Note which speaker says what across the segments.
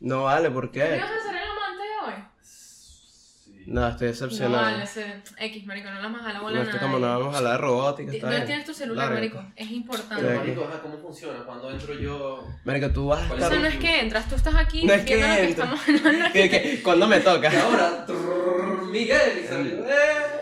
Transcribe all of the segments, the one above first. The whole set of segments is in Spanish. Speaker 1: No vale, ¿por qué?
Speaker 2: ¿Ibas a hacer el amante hoy?
Speaker 3: Sí.
Speaker 1: No, estoy
Speaker 2: No,
Speaker 1: decepcionado.
Speaker 2: vale, ese X, marico, no la más a la bola
Speaker 1: no,
Speaker 2: a
Speaker 1: esto
Speaker 2: nadie.
Speaker 1: como no vamos a hablar de robótica.
Speaker 2: Ti-
Speaker 1: está
Speaker 2: ¿Dónde
Speaker 1: bien.
Speaker 2: tienes tu celular,
Speaker 1: Dale.
Speaker 2: marico? Es importante.
Speaker 3: Pero,
Speaker 1: Claro.
Speaker 3: marico, ajá, ¿cómo funciona? Cuando entro yo.
Speaker 1: Marico, tú vas a
Speaker 2: O
Speaker 3: ¿Cuál
Speaker 2: sea,
Speaker 1: estar.
Speaker 2: no es que entras, tú estás aquí
Speaker 1: No es que
Speaker 2: viendo lo que
Speaker 1: entro.
Speaker 2: estamos... No, no,
Speaker 1: ¿Qué- qué? ¿Cuándo me toca?
Speaker 3: Y ahora, trrr, Miguel, y salió. ¡Eh!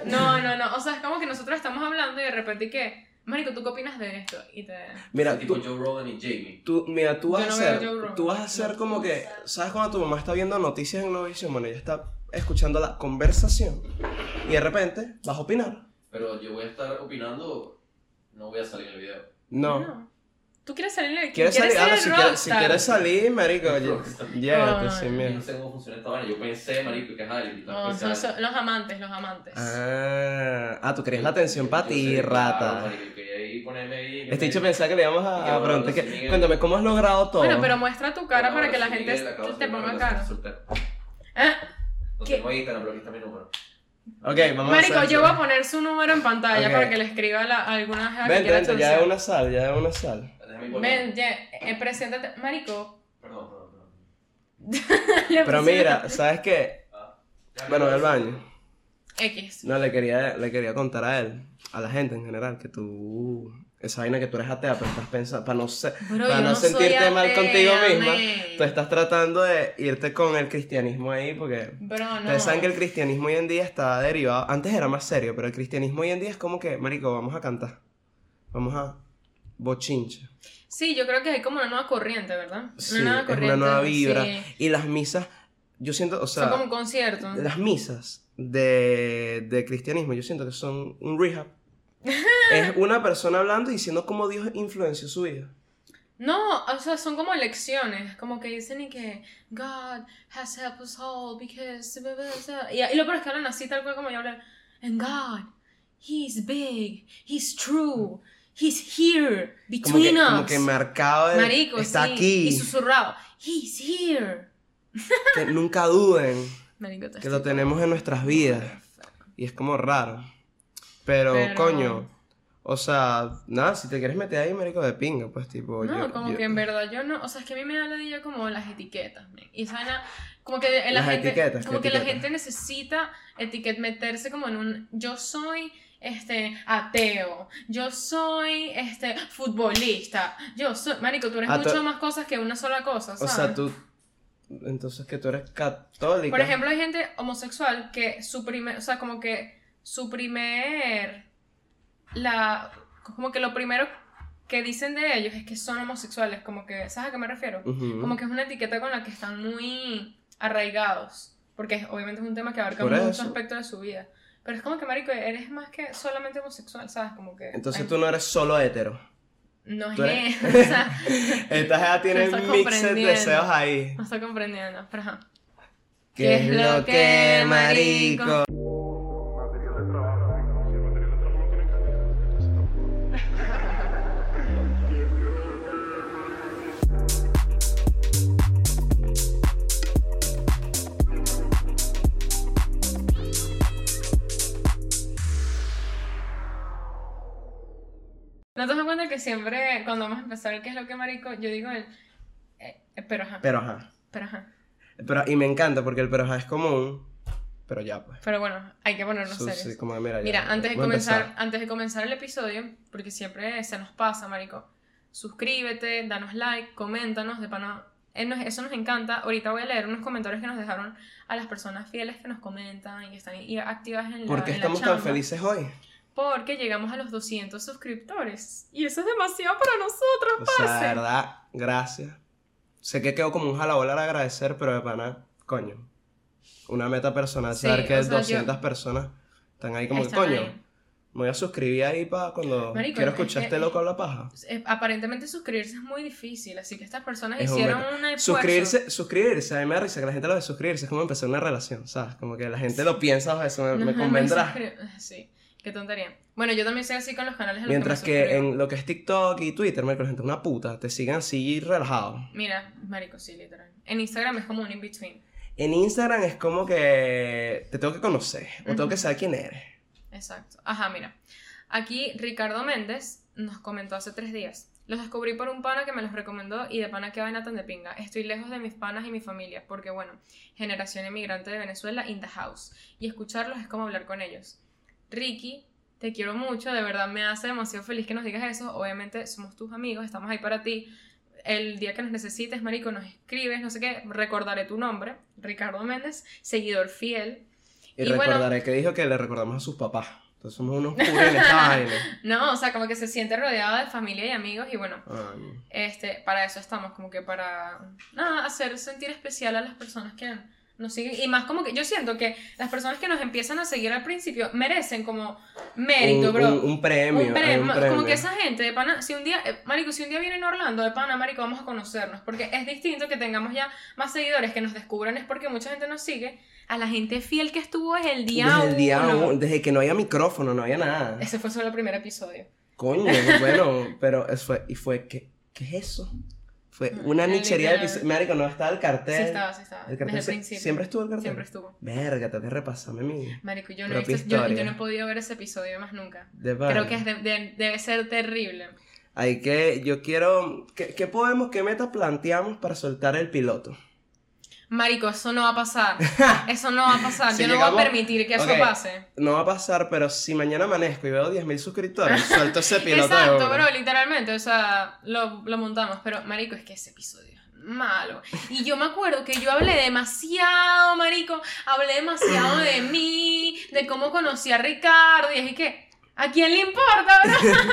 Speaker 2: No, no, no. O sea, es como que nosotros estamos hablando y de repente que, Marico, ¿tú qué opinas de esto? Y te.
Speaker 1: Mira,
Speaker 3: tipo
Speaker 1: tú,
Speaker 3: Joe Rogan y Jamie.
Speaker 1: tú, mira, tú vas
Speaker 2: Yo
Speaker 1: a
Speaker 2: no veo
Speaker 1: hacer,
Speaker 2: Joe Rogan.
Speaker 1: tú vas a hacer como que, ¿sabes cuando tu mamá está viendo noticias en Novisión? Bueno, ella está escuchando la conversación y de repente vas a opinar.
Speaker 3: Pero yo voy a estar opinando. No voy a salir en el video.
Speaker 1: No.
Speaker 2: ¿Tú quieres salir de
Speaker 1: ¿Quieres salir? Ah,
Speaker 2: ser
Speaker 1: no,
Speaker 2: el
Speaker 1: si, quieres, si
Speaker 2: rockstar? Oh,
Speaker 1: quieres salir, marico, pues
Speaker 3: El
Speaker 1: lle-
Speaker 3: rockstar.
Speaker 1: llévate
Speaker 2: Ay.
Speaker 1: sin
Speaker 3: Yo no
Speaker 1: miedo.
Speaker 3: sé cómo funciona esta vaina. Yo pensé, marico, que es alguien.
Speaker 2: No, son, son los amantes, los amantes.
Speaker 1: Pues, Ah, ah, tú querías la atención para ti,
Speaker 3: Claro,
Speaker 1: rata.
Speaker 3: marico, quería ir ponerme ahí. que
Speaker 1: Este
Speaker 3: me-
Speaker 1: dicho pensaba que le íbamos
Speaker 3: Y que
Speaker 1: a
Speaker 3: ahora
Speaker 1: preguntar
Speaker 3: no sé
Speaker 1: que,
Speaker 3: quién es.
Speaker 1: cuéntame, ¿cómo has logrado todo?
Speaker 2: Bueno, pero muestra tu cara
Speaker 3: Bueno,
Speaker 2: para que la
Speaker 3: sí,
Speaker 2: gente
Speaker 3: Miguel, acabo de
Speaker 2: te
Speaker 3: hacer una
Speaker 2: ponga cara.
Speaker 3: relación soltera.
Speaker 2: Ah,
Speaker 3: No
Speaker 2: ¿Qué?
Speaker 3: tengo Instagram, pero aquí está mi número.
Speaker 1: Ok, vamos a
Speaker 2: Marico,
Speaker 1: hacer-
Speaker 2: yo voy a poner su número en pantalla
Speaker 1: Ok.
Speaker 2: para que le escriba la, alguna jeva que
Speaker 1: Vente,
Speaker 2: quiera
Speaker 1: vente, ya es
Speaker 2: chance.
Speaker 1: una sal, ya es una sal.
Speaker 3: Déjame ir por-
Speaker 2: Ven, ya, eh, preséntate. Marico,
Speaker 3: Perdón, perdón, perdón.
Speaker 2: le
Speaker 1: Pero
Speaker 2: puse
Speaker 1: mira, ¿sabes qué?
Speaker 3: Ah, déjame
Speaker 1: Bueno,
Speaker 3: ir.
Speaker 1: del baño.
Speaker 2: X.
Speaker 1: No, le quería, le quería contar a él, a la gente en general, que tú. Esa vaina que tú eres atea, pero estás pensando. Para no, se-
Speaker 2: Bro,
Speaker 1: para
Speaker 2: yo
Speaker 1: no,
Speaker 2: no soy
Speaker 1: sentirte mal
Speaker 2: atea,
Speaker 1: contigo misma,
Speaker 2: man.
Speaker 1: tú estás tratando de irte con el cristianismo ahí, porque.
Speaker 2: Bro, no.
Speaker 1: Ustedes saben que el cristianismo hoy en día está derivado. Antes era más serio, pero el cristianismo hoy en día es como que, marico, vamos a cantar. Vamos a bochinche.
Speaker 2: Sí, yo creo que hay como una nueva corriente, ¿verdad?
Speaker 1: Sí, es una nueva vibra.
Speaker 2: sí.
Speaker 1: Y las misas, yo siento, o sea.
Speaker 2: Son como un concierto.
Speaker 1: las misas de, de cristianismo, yo siento que son un rehab. es una persona hablando y diciendo cómo Dios influenció su vida.
Speaker 2: No, o sea, son como lecciones, como que dicen y que God has helped us all because... blah, blah, blah". Y, y lo peor es que hablan así, tal cual como yo hablan. And God, He's big, He's true, He's here,
Speaker 1: Como que,
Speaker 2: between
Speaker 1: como
Speaker 2: us.
Speaker 1: que marcado de-
Speaker 2: Marico,
Speaker 1: está
Speaker 2: sí,
Speaker 1: aquí.
Speaker 2: y susurrado, He's here.
Speaker 1: Que nunca duden
Speaker 2: Marico, te
Speaker 1: que lo
Speaker 2: estoy-
Speaker 1: tenemos en nuestras vidas. Y es como raro. Pero,
Speaker 2: Pero-
Speaker 1: coño, o sea, nada, si te quieres meter ahí, marico, de pinga, pues tipo.
Speaker 2: No,
Speaker 1: yo-
Speaker 2: como
Speaker 1: yo-
Speaker 2: que en verdad yo no, o sea, es que a mí me da la idea como las etiquetas, man. y esa vaina, como que la
Speaker 1: Las
Speaker 2: gente,
Speaker 1: etiquetas, ¿qué
Speaker 2: como que la
Speaker 1: etiquetas?
Speaker 2: gente necesita etiquet meterse como en un, yo soy, este, ateo, yo soy, este, futbolista, yo soy, marico, tú eres
Speaker 1: Ah, tú-
Speaker 2: mucho más cosas que una sola cosa,
Speaker 1: O
Speaker 2: ¿sabes?
Speaker 1: sea, tú. Entonces, que tú eres católica.
Speaker 2: Por ejemplo, hay gente homosexual que su primer, o sea, como que su primer, la, como que lo primero que dicen de ellos es que son homosexuales, como que, ¿sabes a qué me refiero?
Speaker 1: Ujú.
Speaker 2: como que es una etiqueta con la que están muy arraigados, porque es- obviamente es un tema que abarca
Speaker 1: Por
Speaker 2: muchos
Speaker 1: eso.
Speaker 2: aspectos de su vida. Pero es como que, marico, eres más que solamente homosexual, ¿sabes? Como que...
Speaker 1: Entonces
Speaker 2: ay,
Speaker 1: tú no eres solo hetero.
Speaker 2: No
Speaker 1: tú eres-
Speaker 2: es... o sea,
Speaker 1: Esta jeva tiene
Speaker 2: Lo estoy
Speaker 1: mixes de
Speaker 2: comprendiendo.
Speaker 1: deseos ahí.
Speaker 2: no estoy comprendiendo, pero ajá.
Speaker 1: ¿Qué es lo que, marico?
Speaker 4: material de trabajo, ¿no? Si el material de trabajo no tiene calidad, entonces tampoco.
Speaker 2: ¿No te das cuenta que siempre, cuando vamos a empezar el qué es lo que, marico, yo digo el... eh, eh, pero ajá,
Speaker 1: Pero ajá.
Speaker 2: pero ajá.
Speaker 1: Pero, y me encanta porque el pero ajá es común. Pero ya, pues.
Speaker 2: Pero bueno, hay que ponernos
Speaker 1: Su-
Speaker 2: serios.
Speaker 1: sí, como, mira, ya,
Speaker 2: Mira, antes de,
Speaker 1: voy a empezar.
Speaker 2: comenzar, antes de comenzar el episodio, porque siempre se nos pasa, marico, suscríbete, danos like, coméntanos, de pana, eh, nos- eso nos encanta. Ahorita voy a leer unos comentarios que nos dejaron a las personas fieles que nos comentan y que están y activas en la
Speaker 1: ¿Por qué
Speaker 2: en la
Speaker 1: estamos tan
Speaker 2: chamba.
Speaker 1: felices hoy?
Speaker 2: Porque llegamos a los 200 suscriptores. Y eso es demasiado para nosotros,
Speaker 1: O sea,
Speaker 2: parce.
Speaker 1: de verdad, gracias. Sé que quedó como un jalabolar agradecer, pero de pana, coño. Una meta personal,
Speaker 2: Sí,
Speaker 1: saber que
Speaker 2: o sea, yo-
Speaker 1: 200 personas están ahí como que,
Speaker 2: Están
Speaker 1: coño,
Speaker 2: ahí.
Speaker 1: me voy a suscribir ahí para cuando
Speaker 2: Marico,
Speaker 1: quiero
Speaker 2: es que-
Speaker 1: escuchar este loco habla paja.
Speaker 2: Eh, Aparentemente suscribirse es muy difícil, así que estas personas
Speaker 1: Es un
Speaker 2: hicieron
Speaker 1: reto.
Speaker 2: un esfuerzo.
Speaker 1: Suscribirse, suscribirse, a mí me da risa que la gente lo de suscribirse es como empezar una relación, ¿sabes? Como que la gente lo piensa, o eso me, me
Speaker 2: Ajá,
Speaker 1: convendrá.
Speaker 2: suscri- eh, Sí, qué tontería. Bueno, yo también soy así con los canales. a los que
Speaker 1: Mientras
Speaker 2: me
Speaker 1: que
Speaker 2: suscribo.
Speaker 1: en lo que es TikTok y Twitter, me la gente es una puta, te siguen así relajado.
Speaker 2: Mira, marico, sí, literal. En Instagram es como un in-between.
Speaker 1: En Instagram es como que te tengo que conocer o tengo
Speaker 2: Ujú.
Speaker 1: que saber quién eres.
Speaker 2: Exacto. Ajá, mira. Aquí Ricardo Méndez nos comentó hace tres días. Los descubrí por un pana que me los recomendó y de pana que vaina tan de pinga. Estoy lejos de mis panas y mi familia porque, bueno, generación emigrante de Venezuela in the house. Y escucharlos es como hablar con ellos. Ricky, te quiero mucho, de verdad me hace demasiado feliz que nos digas eso. Obviamente somos tus amigos, estamos ahí para ti. El día que nos necesites, marico, nos escribes, no sé qué, recordaré tu nombre, Ricardo Méndez, seguidor fiel.
Speaker 1: Y,
Speaker 2: Y bueno-
Speaker 1: recordaré que dijo que le recordamos a sus papás. Entonces somos unos puros en esta vaina.
Speaker 2: No, o sea, como que se siente rodeado de familia y amigos y bueno,
Speaker 1: Ay,
Speaker 2: Este, para eso estamos, como que para nada, hacer sentir especial a las personas que nos siguen. Y más como que yo siento que las personas que nos empiezan a seguir al principio merecen como mérito,
Speaker 1: un,
Speaker 2: bro.
Speaker 1: un- un premio.
Speaker 2: Un
Speaker 1: hay
Speaker 2: premio,
Speaker 1: un
Speaker 2: Como
Speaker 1: premio.
Speaker 2: que esa gente de pana, si un día, eh, Marico, si un día vienen a Orlando de pana, Marico, vamos a conocernos. Porque es distinto que tengamos ya más seguidores que nos descubran, es porque mucha gente nos sigue. A la gente fiel que estuvo es el día
Speaker 1: Desde el día
Speaker 2: uno.
Speaker 1: uno, desde que no había micrófono, no había nada.
Speaker 2: Ese fue solo el primer episodio.
Speaker 1: Coño, bueno, pero eso fue, y fue, ¿qué, qué es eso? Fue
Speaker 2: Mm,
Speaker 1: una nichería de
Speaker 2: literal.
Speaker 1: piso- Marico, no estaba el cartel.
Speaker 2: Sí estaba, sí estaba.
Speaker 1: El
Speaker 2: Desde
Speaker 1: cartel
Speaker 2: el
Speaker 1: se-
Speaker 2: principio.
Speaker 1: siempre estuvo el cartel.
Speaker 2: Siempre estuvo.
Speaker 1: Verga, te repasame mi.
Speaker 2: Marico, yo no, he
Speaker 1: Propia
Speaker 2: visto- yo, yo
Speaker 1: historia.
Speaker 2: no he podido ver ese episodio más nunca.
Speaker 1: De
Speaker 2: Creo
Speaker 1: pana.
Speaker 2: que es de- de- debe ser terrible.
Speaker 1: Hay que, yo quiero, ¿qué, qué podemos, qué meta planteamos para soltar el piloto?
Speaker 2: Marico, eso no va a pasar. Eso no va a pasar.
Speaker 1: Si
Speaker 2: yo no voy
Speaker 1: llegamos-
Speaker 2: a permitir que eso
Speaker 1: Ok.
Speaker 2: pase.
Speaker 1: No va a pasar, pero si mañana amanezco y veo 10.000 suscriptores, suelto ese piloto de
Speaker 2: Exacto,
Speaker 1: una.
Speaker 2: bro, literalmente. O sea, lo, lo montamos. Pero, Marico, es que ese episodio es malo. Y yo me acuerdo que yo hablé demasiado, Marico. Hablé demasiado de mí, de cómo conocí a Ricardo. Y es que, ¿a quién le importa, bro?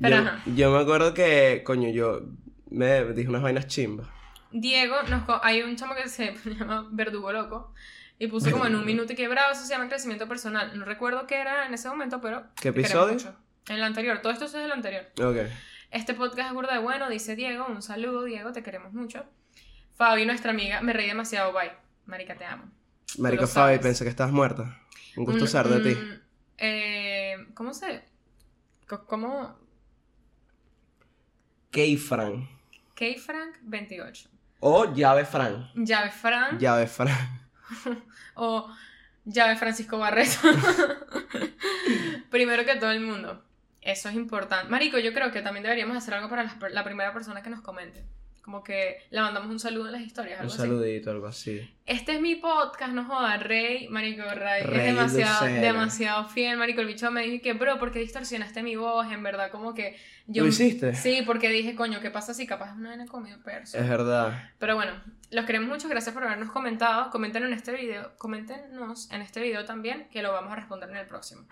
Speaker 2: Pero
Speaker 1: yo,
Speaker 2: ajá.
Speaker 1: yo me acuerdo que, coño, yo me dije unas vainas chimbas.
Speaker 2: Diego, nos co- hay un chamo que se llama Verdugo Loco y puso como en un minuto y que bravo, eso se llama crecimiento personal. No recuerdo qué era en ese momento, pero.
Speaker 1: ¿Qué
Speaker 2: te queremos
Speaker 1: episodio?
Speaker 2: mucho. El anterior, todo esto es el anterior.
Speaker 1: Ok.
Speaker 2: Este podcast es burda de bueno, dice Diego. Un saludo, Diego, te queremos mucho. Fabi, nuestra amiga, me reí demasiado, bye. Marica, te amo.
Speaker 1: Marico
Speaker 2: lo
Speaker 1: Fabi,
Speaker 2: sabes. Mm,
Speaker 1: pensé que estabas muerta. Un gusto
Speaker 2: Un-
Speaker 1: ser de ti.
Speaker 2: un- eh, ¿Cómo se.? co- ¿Cómo.?
Speaker 1: Key Fran.
Speaker 2: K-Frank28.
Speaker 1: O Llave Fran.
Speaker 2: Llave Fran.
Speaker 1: Llave Fran.
Speaker 2: o llave Francisco Barreto. Primero que todo el mundo. Eso es importante. Marico, yo creo que también deberíamos hacer algo para las per- la, primera persona que nos comente. Como que le mandamos un saludo en las historias.
Speaker 1: Un
Speaker 2: Algo así.
Speaker 1: saludito, algo así.
Speaker 2: Este es mi podcast, no joda, Rey. Marico, Rey,
Speaker 1: Rey
Speaker 2: es demasiado,
Speaker 1: Lucero.
Speaker 2: demasiado fiel. Marico, el bicho me dijo que, bro, ¿por qué distorsionaste mi voz? En verdad, como que yo.
Speaker 1: ¿Lo hiciste?
Speaker 2: Sí, porque dije, coño, ¿qué pasa si capaz es una vena comida persa?
Speaker 1: Es verdad.
Speaker 2: Pero bueno, los queremos mucho, gracias por habernos comentado. Comenten en este video, coméntenos en este video también, que lo vamos a responder en el próximo.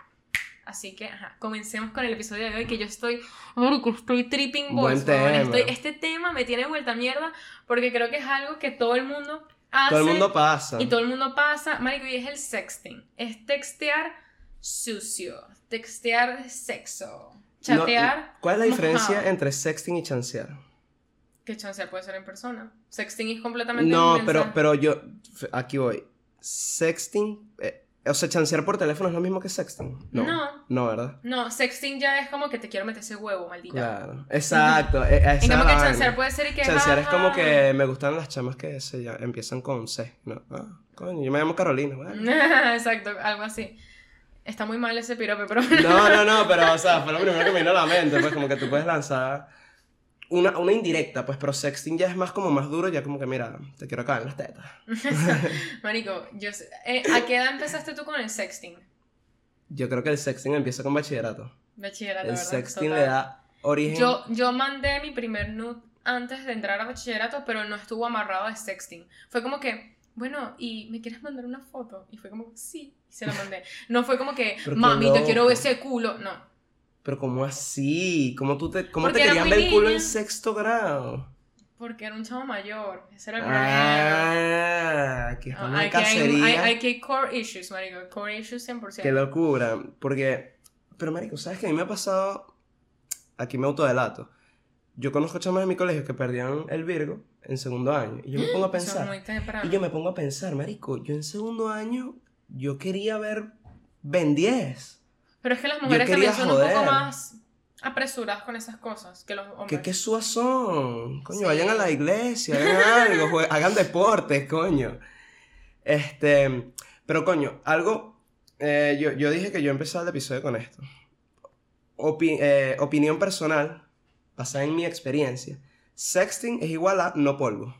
Speaker 2: Así que, ajá, comencemos con el episodio de hoy, que yo estoy, marico, estoy tripping balls,
Speaker 1: Buen
Speaker 2: weón.
Speaker 1: tema.
Speaker 2: Estoy- este tema me tiene vuelta mierda, porque creo que es algo que todo el mundo hace.
Speaker 1: Todo el mundo pasa.
Speaker 2: y todo el mundo pasa, marico, y es el sexting. Es textear sucio, textear de sexo,
Speaker 1: No,
Speaker 2: chatear...
Speaker 1: ¿Cuál es la diferencia
Speaker 2: mojado.
Speaker 1: entre sexting y chancear?
Speaker 2: Que chancear puede ser en persona. Sexting es completamente
Speaker 1: No,
Speaker 2: un
Speaker 1: pero,
Speaker 2: mensaje.
Speaker 1: pero yo. f- Aquí voy. Sexting. eh, o sea, chancear por teléfono es lo mismo que sexting. No.
Speaker 2: No.
Speaker 1: No, ¿verdad?
Speaker 2: No, sexting ya es como que te quiero meter ese huevo, maldita.
Speaker 1: Claro. Exacto. e- esa
Speaker 2: En cambio que
Speaker 1: vaina.
Speaker 2: chancear ah. puede ser y que...
Speaker 1: Chancear es
Speaker 2: jaja.
Speaker 1: como que me gustan las chamas que se ya- empiezan con C. No, ah, coño, yo me llamo Carolina, bueno.
Speaker 2: Exacto, algo así. Está muy mal ese pirope, pero...
Speaker 1: No, no, no, pero, o sea, fue lo primero que me vino a la mente, pues, como que tú puedes lanzar una, una indirecta, pues, pero sexting ya es más como más duro, ya como que, mira, te quiero acabar en las tetas.
Speaker 2: Marico, yo sé- eh, ¿a qué edad empezaste tú con el sexting?
Speaker 1: Yo creo que el sexting empieza con bachillerato.
Speaker 2: Bachillerato,
Speaker 1: El
Speaker 2: ¿verdad?
Speaker 1: sexting
Speaker 2: Total.
Speaker 1: le da origen.
Speaker 2: Yo, yo mandé mi primer nude antes de entrar a bachillerato, pero no estuvo amarrado de sexting. Fue como que, bueno, ¿y me quieres mandar una foto? Y fue como, sí, y se la mandé. No fue como que,
Speaker 1: Pero qué
Speaker 2: mami, te quiero
Speaker 1: loco.
Speaker 2: ver ese culo. No,
Speaker 1: Pero ¿cómo así? ¿Cómo, tú te, cómo te
Speaker 2: Porque era
Speaker 1: querían
Speaker 2: muy
Speaker 1: ver el culo en
Speaker 2: niña.
Speaker 1: sexto grado?
Speaker 2: porque era un chavo mayor. Ese era el problema.
Speaker 1: Ah, que
Speaker 2: Ah,
Speaker 1: estamos en
Speaker 2: hay, que, hay,
Speaker 1: cacería.
Speaker 2: hay- hay que core issues, marico. Core issues 100%.
Speaker 1: Qué locura, porque... Pero, marico, ¿sabes qué? A mí me ha pasado... Aquí me autodelato. Yo conozco chamas de mi colegio que perdían el Virgo en segundo año. Y yo me pongo a
Speaker 2: Eso es
Speaker 1: pensar.
Speaker 2: muy temprano.
Speaker 1: Y yo me pongo a pensar, marico, yo en segundo año, yo quería ver Ben 10.
Speaker 2: Pero es que las mujeres
Speaker 1: quería
Speaker 2: también son un
Speaker 1: joder.
Speaker 2: poco más apresuradas con esas cosas que los hombres.
Speaker 1: ¿Qué, qué suas son? Coño,
Speaker 2: Sí.
Speaker 1: vayan a la iglesia, hagan algo, jue- hagan deportes, coño. Este, pero coño, algo, eh, yo, yo dije que yo empezaba el episodio con esto. Opi- eh, opinión personal, basada en mi experiencia, sexting es igual a no polvo.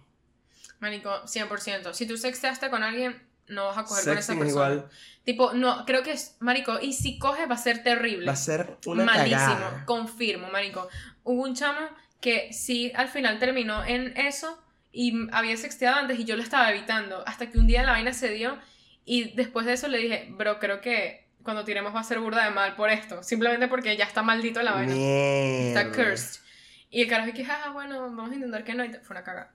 Speaker 2: Marico, 100%. Si tú sexteaste con alguien, no vas a coger con esa
Speaker 1: Sexting es
Speaker 2: persona.
Speaker 1: igual
Speaker 2: Tipo, no, creo que es, marico, y si coges va a ser terrible.
Speaker 1: va a ser una
Speaker 2: Malísimo,
Speaker 1: cagada.
Speaker 2: confirmo, marico. Hubo un chamo que sí al final terminó en eso y m- había sexteado antes y yo lo estaba evitando. Hasta que un día la vaina se dio y después de eso le dije, bro, creo que cuando tiremos va a ser burda de mal por esto. Simplemente porque ya está maldito la vaina.
Speaker 1: Mierda.
Speaker 2: Está cursed. Y el carajo es que, jaja, bueno, vamos a intentar que no. Y te- fue una cagada.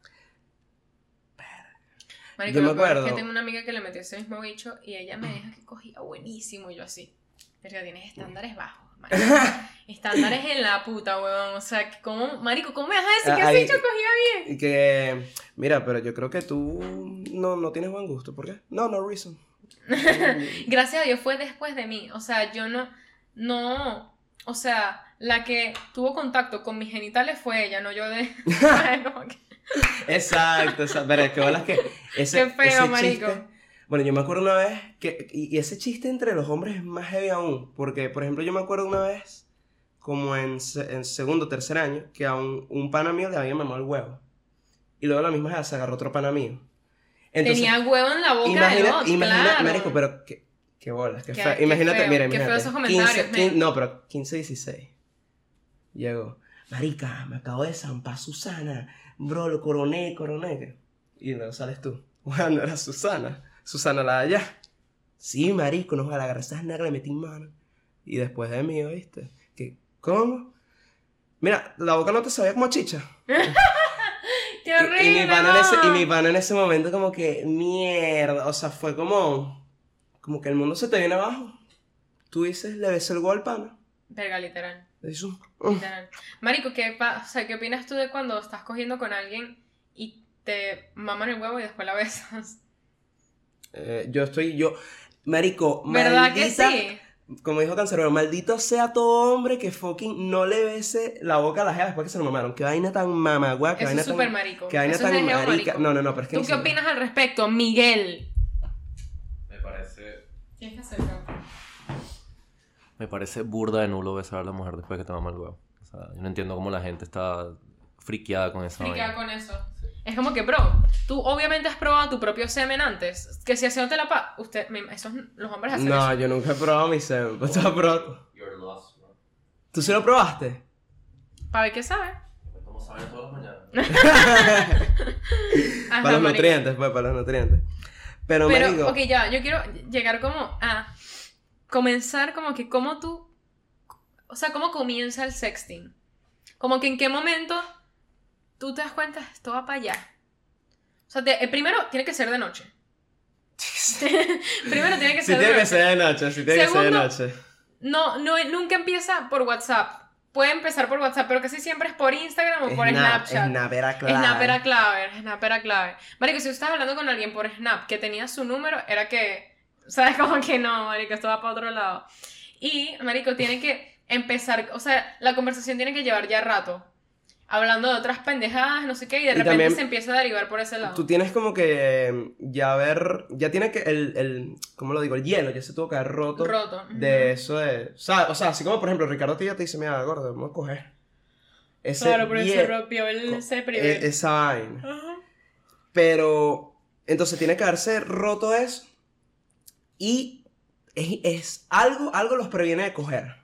Speaker 2: Marico,
Speaker 1: Yo me
Speaker 2: lo peor es
Speaker 1: acuerdo.
Speaker 2: que tengo una amiga que le metió ese mismo bicho y ella me dijo que cogía buenísimo y yo así. Pero tienes estándares bajos, marico. Estándares en la puta, weón. O sea, que ¿cómo, marico, ¿cómo me vas a decir
Speaker 1: Ah,
Speaker 2: que ese
Speaker 1: ahí-
Speaker 2: bicho cogía bien?
Speaker 1: Y que, mira, pero yo creo que tú no, no tienes buen gusto. ¿Por qué? No, no reason.
Speaker 2: Gracias a Dios fue después de mí. O sea, yo no, no, o sea, la que tuvo contacto con mis genitales fue ella, no yo de... Como que-
Speaker 1: Exacto, exacto. Pero es que bolas que. Ese,
Speaker 2: Qué feo,
Speaker 1: ese
Speaker 2: marico.
Speaker 1: chiste- bueno, yo me acuerdo una vez que. Y, y ese chiste entre los hombres es más heavy aún. Porque, por ejemplo, yo me acuerdo una vez, como en, se- en segundo o tercer año, que a un, un pana mío le había mamado el huevo. Y luego la misma edad se agarró otro pana mío.
Speaker 2: Tenía huevo en la boca del
Speaker 1: imagina,
Speaker 2: otro,
Speaker 1: imagina,
Speaker 2: claro.
Speaker 1: marico, pero qué, qué bolas, qué,
Speaker 2: Qué-
Speaker 1: feo.
Speaker 2: qué
Speaker 1: Imagínate,
Speaker 2: feo,
Speaker 1: mira,
Speaker 2: qué
Speaker 1: imagínate.
Speaker 2: feo esos comentarios,
Speaker 1: 15,
Speaker 2: men.
Speaker 1: no, pero 15, 16. Llegó. Marica, me acabo de zampar Susana. Bro, lo coroné, coroné. Y luego sales tú. Bueno, era Susana. Susana la de allá. Sí, marico, nos la agarras negra, le metí mano. Y después de mí, ¿viste? ¿Qué? ¿Cómo? Mira, la boca no te sabía como a chicha.
Speaker 2: ¡Qué
Speaker 1: Y-
Speaker 2: horrible!
Speaker 1: Y, mi pana en ese, y mi
Speaker 2: no!
Speaker 1: pana en ese momento como que, mierda, o sea, fue como, como que el mundo se te viene abajo. Tú dices, le ves el gol al pana.
Speaker 2: Verga, literal,
Speaker 1: Le dices, "Mm".
Speaker 2: literal. Marico, ¿qué, pa- o sea, ¿qué opinas tú de cuando estás cogiendo con alguien y te maman el huevo y después la besas?
Speaker 1: Eh, yo estoy, yo, marico,
Speaker 2: ¿Verdad que
Speaker 1: maldita,
Speaker 2: sí?
Speaker 1: como dijo Cancerbero, maldito sea todo hombre que fucking no le bese la boca a la jeva después que se lo mamaron. Qué vaina tan mamagua, qué
Speaker 2: Eso
Speaker 1: vaina
Speaker 2: es súper
Speaker 1: tan...
Speaker 2: marico.
Speaker 1: Qué vaina
Speaker 2: Eso es
Speaker 1: tan
Speaker 2: de geo
Speaker 1: marica.
Speaker 2: marico.
Speaker 1: No, no, no, pero es que
Speaker 2: ¿Tú
Speaker 1: ni
Speaker 2: qué
Speaker 1: siquiera-
Speaker 2: opinas al respecto, Miguel?
Speaker 3: Me parece.
Speaker 2: Tienes que acercar.
Speaker 5: Me parece burda de nulo besar a la mujer después que te mama el huevo. O sea, yo no entiendo cómo la gente está friqueada con esa
Speaker 2: Explica
Speaker 5: vaina.
Speaker 2: con eso. Es como que, bro, tú obviamente has probado tu propio semen antes. Que si haciéndote la pa... Usted, me- esos, los hombres hacen
Speaker 1: No,
Speaker 2: eso.
Speaker 1: yo nunca he probado mi semen, pues, estaba probando.
Speaker 3: You're lost, bro.
Speaker 1: ¿Tú sí lo probaste?
Speaker 2: Para ver qué sabe.
Speaker 3: Me tomo saben todas las mañanas.
Speaker 2: Ajá,
Speaker 1: para los
Speaker 2: marico.
Speaker 1: nutrientes, pues, para los nutrientes. Pero,
Speaker 2: Pero,
Speaker 1: marico,
Speaker 2: ok, ya, yo quiero llegar como a comenzar como que cómo tú, o sea, cómo comienza el sexting. Como que en qué momento tú te das cuenta, esto va para allá. O sea, te- eh, primero tiene que ser de noche. primero tiene que
Speaker 1: Si
Speaker 2: ser de
Speaker 1: tiene que
Speaker 2: noche.
Speaker 1: ser de noche, si tiene que ser de
Speaker 2: Segundo,
Speaker 1: noche.
Speaker 2: No, no, nunca empieza por WhatsApp. Puede empezar por WhatsApp, pero casi siempre es por Instagram o por
Speaker 1: Snap-
Speaker 2: Snapchat.
Speaker 1: Snap era clave.
Speaker 2: Snap era clave, Snap era clave. Marico, si tú estás hablando con alguien por Snap que tenía su número, era que, ¿sabes? Como que no, Marico, esto va para otro lado. Y, Marico, tiene que empezar, o sea, la conversación tiene que llevar ya rato. Hablando de otras pendejadas, no sé qué, y de
Speaker 1: Y
Speaker 2: repente
Speaker 1: también-
Speaker 2: se empieza a derivar por ese lado.
Speaker 1: Tú tienes como que eh, ya ver, ya tiene que el, el, ¿cómo lo digo? El hielo ya se tuvo que haber roto,
Speaker 2: Roto.
Speaker 1: de eso de, o sea, o sea, así como por ejemplo Ricardo Tilla te dice, mira, gordo, vamos a coger. Ese
Speaker 2: Claro, pero se
Speaker 1: hie-
Speaker 2: rompió el,
Speaker 1: co-
Speaker 2: ese
Speaker 1: e-
Speaker 2: primer.
Speaker 1: esa vaina.
Speaker 2: Ajá.
Speaker 1: Pero, entonces tiene que haberse roto eso y es, es algo, algo los previene de coger.